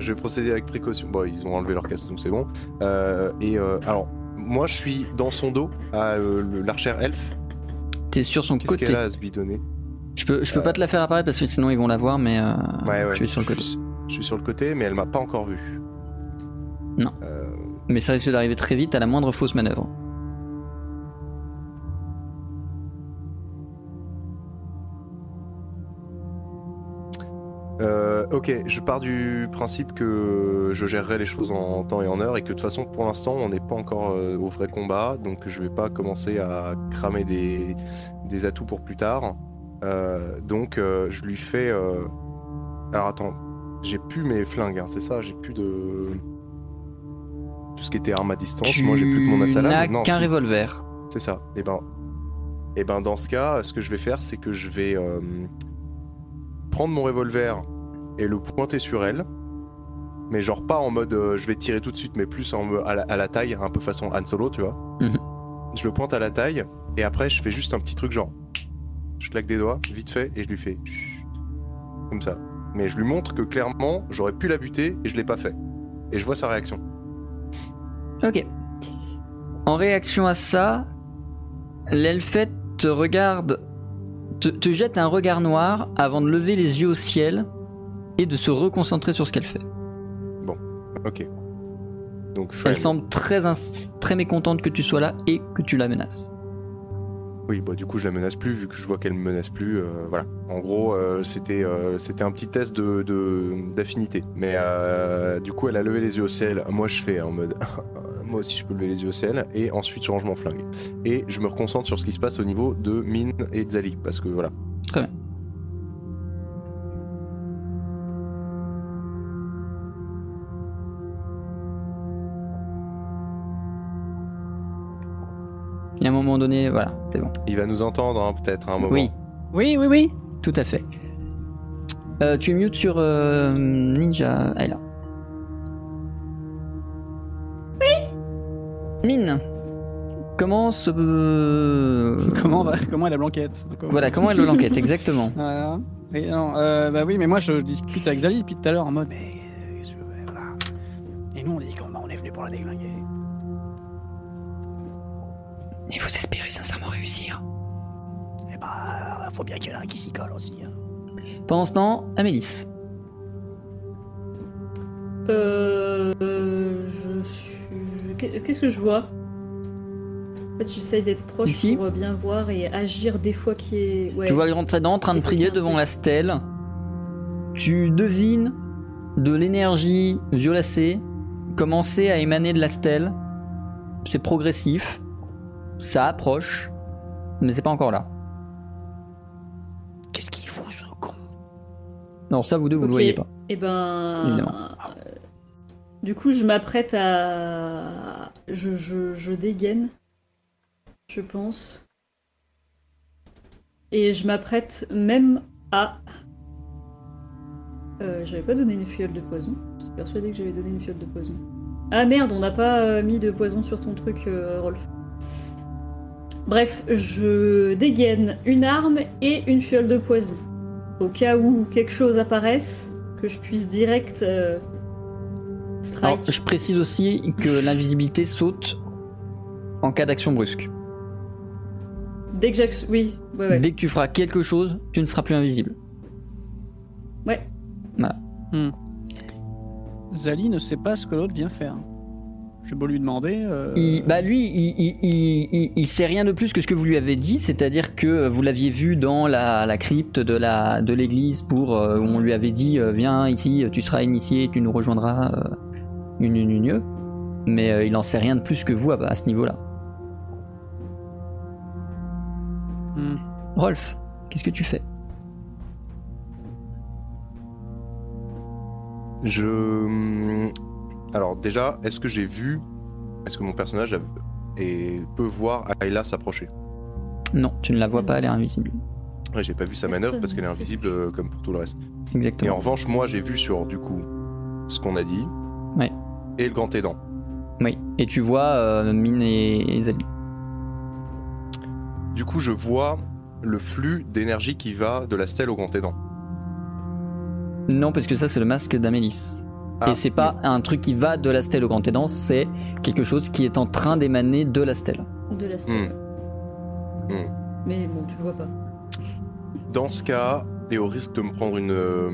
S2: je vais procéder avec précaution. Bon, ils ont enlevé leur casque, donc c'est bon. Euh, et euh, alors, moi, je suis dans son dos à euh, le- l'archère elfe.
S1: T'es sur son
S2: Qu'est-ce
S1: côté.
S2: qu'elle a Euh. à se bidonner
S1: Je peux, je peux pas te la faire apparaître parce que sinon ils vont la voir, mais euh,
S2: Ouais, ouais.
S1: tu es sur le côté.
S2: Je suis, je suis sur le côté, mais elle m'a pas encore vu.
S1: Non.
S2: Euh,
S1: Mais ça risque d'arriver très vite à la moindre fausse manœuvre.
S2: Euh, ok, je pars du principe que je gérerai les choses en temps et en heure et que de toute façon pour l'instant on n'est pas encore euh, au vrai combat donc je vais pas commencer à cramer des, des atouts pour plus tard. Euh, donc euh, je lui fais. euh, Alors attends, j'ai plus mes flingues, hein, c'est ça, j'ai plus de. Tout ce qui était arme à distance,
S1: tu
S2: moi j'ai plus que mon
S1: n'as
S2: assalam. Non,
S1: qu'un
S2: si.
S1: revolver.
S2: C'est ça. Et ben, et ben dans ce cas, ce que je vais faire, c'est que je vais euh, prendre mon revolver et le pointer sur elle. Mais genre pas en mode euh, je vais tirer tout de suite, mais plus en, me- à, la, à la taille, un peu façon Han Solo, tu vois.
S1: Mhm.
S2: Je le pointe à la taille et après je fais juste un petit truc genre. Je claque des doigts, vite fait, et je lui fais chut comme ça. Mais je lui montre que clairement j'aurais pu la buter et je l'ai pas fait. Et je vois sa réaction.
S1: Ok. En réaction à ça, l'elfette te regarde, te, te jette un regard noir avant de lever les yeux au ciel et de se reconcentrer sur ce qu'elle fait.
S2: Ok. Donc
S1: Elle
S2: friend.
S1: semble très, ins- très mécontente que tu sois là et que tu la menaces.
S2: Oui, bah du coup je la menace plus vu que je vois qu'elle me menace plus. euh, voilà. En gros, euh, c'était euh, c'était un petit test de de- d'affinité. Mais euh, du coup, elle a levé les yeux au ciel. Moi, je fais en mode, <laughs> moi aussi je peux lever les yeux au ciel. Et ensuite, je range mon flingue. Et je me reconcentre sur ce qui se passe au niveau de Mine et Zali, parce que voilà.
S1: Très bien. Et à un moment donné, voilà, c'est bon.
S2: Il va nous entendre hein, peut-être à un moment.
S1: Oui,
S3: Oui, oui, oui.
S1: tout à fait. Euh, tu es mute sur euh, Ninja Ayla. Oui Mine Comment se... euh,
S3: Comment, va, comment est la blanquette Comment-
S1: Voilà, comment elle
S3: <laughs>
S1: l'enquête, exactement
S3: Voilà. Et non, euh, bah oui, mais moi je discute avec Zali depuis tout à l'heure en mode. Mais, euh, qu'est-ce que- voilà. Et nous on dit qu'on bah, on est venu pour la déglinguer.
S1: Et vous espérez sincèrement réussir
S3: Et bah, faut bien qu'il y en ait un qui s'y colle aussi. hein.
S1: Pendant ce temps, Amélis.
S4: Euh, je suis. Qu'est-ce que je vois En fait, j'essaye d'être proche
S1: Ici
S4: pour bien voir et agir des fois qui est. Ouais.
S1: Tu vois Grantadant en train de
S4: Écoutez
S1: prier
S4: un truc.
S1: devant la stèle. Tu devines de l'énergie violacée commencer à émaner de la stèle. C'est progressif. Ça approche. Mais c'est pas encore là.
S3: Qu'est-ce qu'il fout ce con
S1: Non, ça vous deux, vous
S4: Ok.
S1: le voyez pas.
S4: Et ben.
S1: Évidemment.
S4: euh, Du coup, je m'apprête à. Je, je, je dégaine, je pense. Et je m'apprête même à. Euh, j'avais pas donné une fiole de poison. Je suis persuadée que j'avais donné une fiole de poison. Ah merde, on n'a pas euh, mis de poison sur ton truc, euh, Rolf. Bref, je dégaine une arme et une fiole de poison. Au cas où quelque chose apparaisse, que je puisse direct euh,
S1: Alors,
S4: strike.
S1: je précise aussi que <laughs> l'invisibilité saute en cas d'action brusque.
S4: Dès que j'axe. Oui, ouais, ouais.
S1: Dès que tu feras quelque chose, tu ne seras plus invisible.
S3: Zali ne sait pas ce que l'autre vient faire. J'ai beau lui demander. euh,
S1: Il- bah lui, il, il, il- il- il sait rien de plus que ce que vous lui avez dit, c'est-à-dire que vous l'aviez vu dans la, la crypte de la de l'église pour euh, où on lui avait dit euh, viens ici, tu seras initié, tu nous rejoindras, euh, une une une, une. mais euh, il en sait rien de plus que vous à, à ce niveau-là.
S3: Hmm.
S1: Rolf, qu'est-ce que tu fais
S2: Je. hmm, Alors, déjà, est-ce que j'ai vu. Est-ce que mon personnage a- et peut voir Ayla s'approcher
S1: Non, tu ne la vois pas, elle est invisible.
S2: Ouais, j'ai pas vu sa manœuvre
S4: Personne
S2: parce qu'elle est
S4: ne sait.
S2: invisible euh, comme pour tout le reste. Et en
S1: Exactement.
S2: revanche, moi, j'ai vu sur, du coup, ce qu'on a dit.
S1: Ouais.
S2: Et le grand aidant.
S1: Oui. Et tu vois euh, Mine et, et Zabi.
S2: Du coup, je vois le flux d'énergie qui va de la stèle au grand aidant.
S1: Non, parce que ça c'est le masque d'Amélis.
S2: Ah,
S1: et c'est pas un truc qui va de la stèle au grand aidant, c'est quelque chose qui est en train d'émaner de la stèle.
S4: de
S3: Hmm.
S4: la stèle. Mais bon, tu le vois pas.
S2: Dans ce cas, et au risque de me prendre une, euh,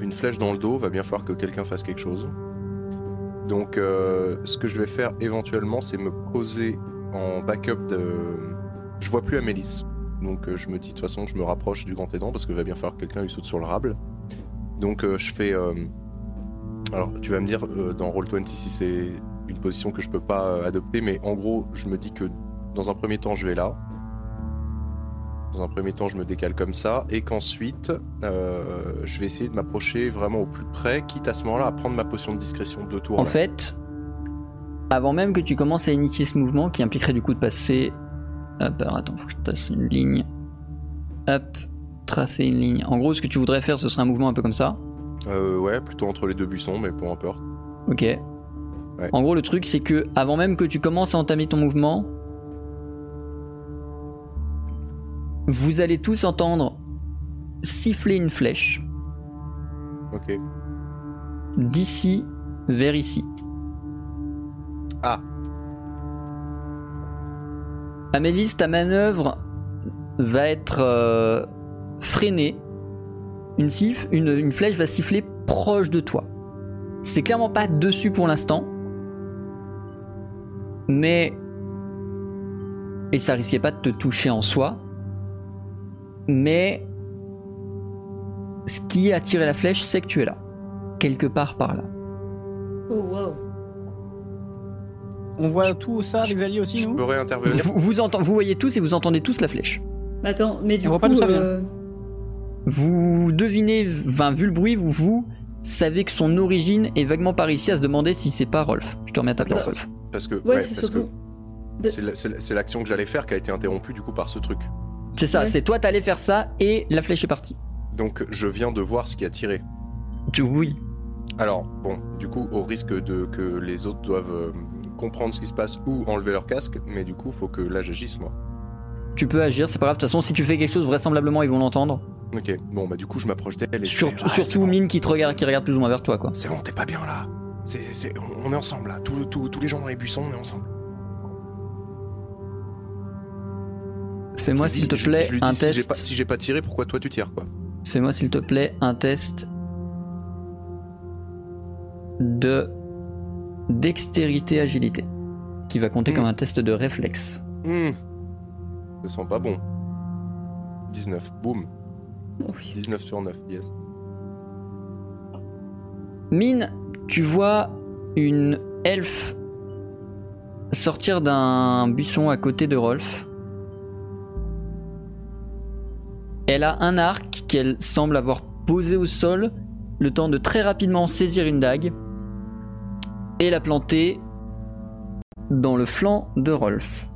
S2: une flèche dans le dos, va bien falloir que quelqu'un fasse quelque chose. Donc, euh, ce que je vais faire éventuellement, c'est me poser en backup de. Je vois plus Amélis. Donc, euh, je me dis, de toute façon, je me rapproche du grand aidant parce que va bien falloir que quelqu'un lui saute sur le rable. Donc, euh, je fais. euh, Alors, tu vas me dire euh, dans Roll20 si c'est une position que je peux pas euh, adopter, mais en gros, je me dis que dans un premier temps, je vais là. Dans un premier temps, je me décale comme ça, et qu'ensuite, euh, je vais essayer de m'approcher vraiment au plus près, quitte à ce moment-là à prendre ma potion de discrétion de tour.
S1: En fait, avant même que tu commences à initier ce mouvement qui impliquerait du coup de passer. Hop, alors attends, faut que je passe une ligne. Hop, tracer une ligne. En gros, ce que tu voudrais faire, ce serait un mouvement un peu comme ça.
S2: Euh, ouais, plutôt entre les deux buissons, mais peu importe.
S1: Ok. En gros, le truc, c'est que avant même que tu commences à entamer ton mouvement, vous allez tous entendre siffler une flèche
S2: Ok.
S1: d'ici vers ici.
S2: Ah.
S1: Amélis, ta manœuvre va être euh, freinée. Une, sif- une, une flèche va siffler proche de toi. C'est clairement pas dessus pour l'instant. Mais. Et ça risquait pas de te toucher en soi. Mais. Ce qui a tiré la flèche, c'est que tu es là. Quelque part par là.
S4: Oh wow.
S3: On voit tout ça avec Zali aussi,
S2: Je
S3: nous
S2: peux réintervenir.
S1: Vous, vous, enten- vous voyez tous et vous entendez tous la flèche.
S4: Mais attends, mais du
S3: On
S4: coup.
S3: voit pas d'où ça vient.
S4: euh,
S1: Vous devinez, enfin, vu le bruit, vous, vous savez que son origine est vaguement par ici à se demander si c'est pas Rolf. Je te remets à ta
S2: Attends,
S1: place,
S2: parce-
S1: Rolf.
S2: Parce que.
S4: Ouais,
S2: ouais,
S4: c'est
S2: parce que
S4: surtout. de-
S2: c'est la- c'est la- c'est l'action que j'allais faire qui a été interrompue du coup par ce truc.
S1: C'est ça,
S4: Ouais.
S1: c'est toi, t'allais faire ça et la flèche est partie.
S2: Donc, je viens de voir ce qui a tiré.
S1: Tu, oui.
S2: Alors, bon, du coup, au risque de que les autres doivent euh, comprendre ce qui se passe ou enlever leur casque, mais du coup, faut que là j'agisse moi.
S1: Tu peux agir, c'est pas grave. De toute façon, si tu fais quelque chose, vraisemblablement, ils vont l'entendre.
S2: Ok, bon, bah du coup, je m'approche d'elle et je
S1: Sur-
S2: fais, Ah, c'est
S1: surtout
S2: bon.
S1: Mine qui te regarde, qui regarde plus ou moins vers toi, quoi.
S2: C'est bon, t'es pas bien là. C'est, c'est- on est ensemble là. Tous- tous- tous les gens dans les buissons, on est ensemble.
S1: Fais-moi,
S2: Je lui
S1: s'il te
S2: dis- je-
S1: plaît,
S2: je lui dis,
S1: un
S2: si
S1: test.
S2: J'ai pas, si j'ai pas tiré, pourquoi toi tu tires quoi
S1: Fais-moi, s'il te plaît, un test de dextérité-agilité qui va compter
S2: Hmm.
S1: comme un test de réflexe.
S2: Hmm. Ça sent pas bon. 19, boum.
S4: Oh,
S2: 19 sur 9, yes.
S1: Mine, tu vois une elfe sortir d'un buisson à côté de Rolf. Elle a un arc qu'elle semble avoir posé au sol, le temps de très rapidement saisir une dague et la planter dans le flanc de Rolf.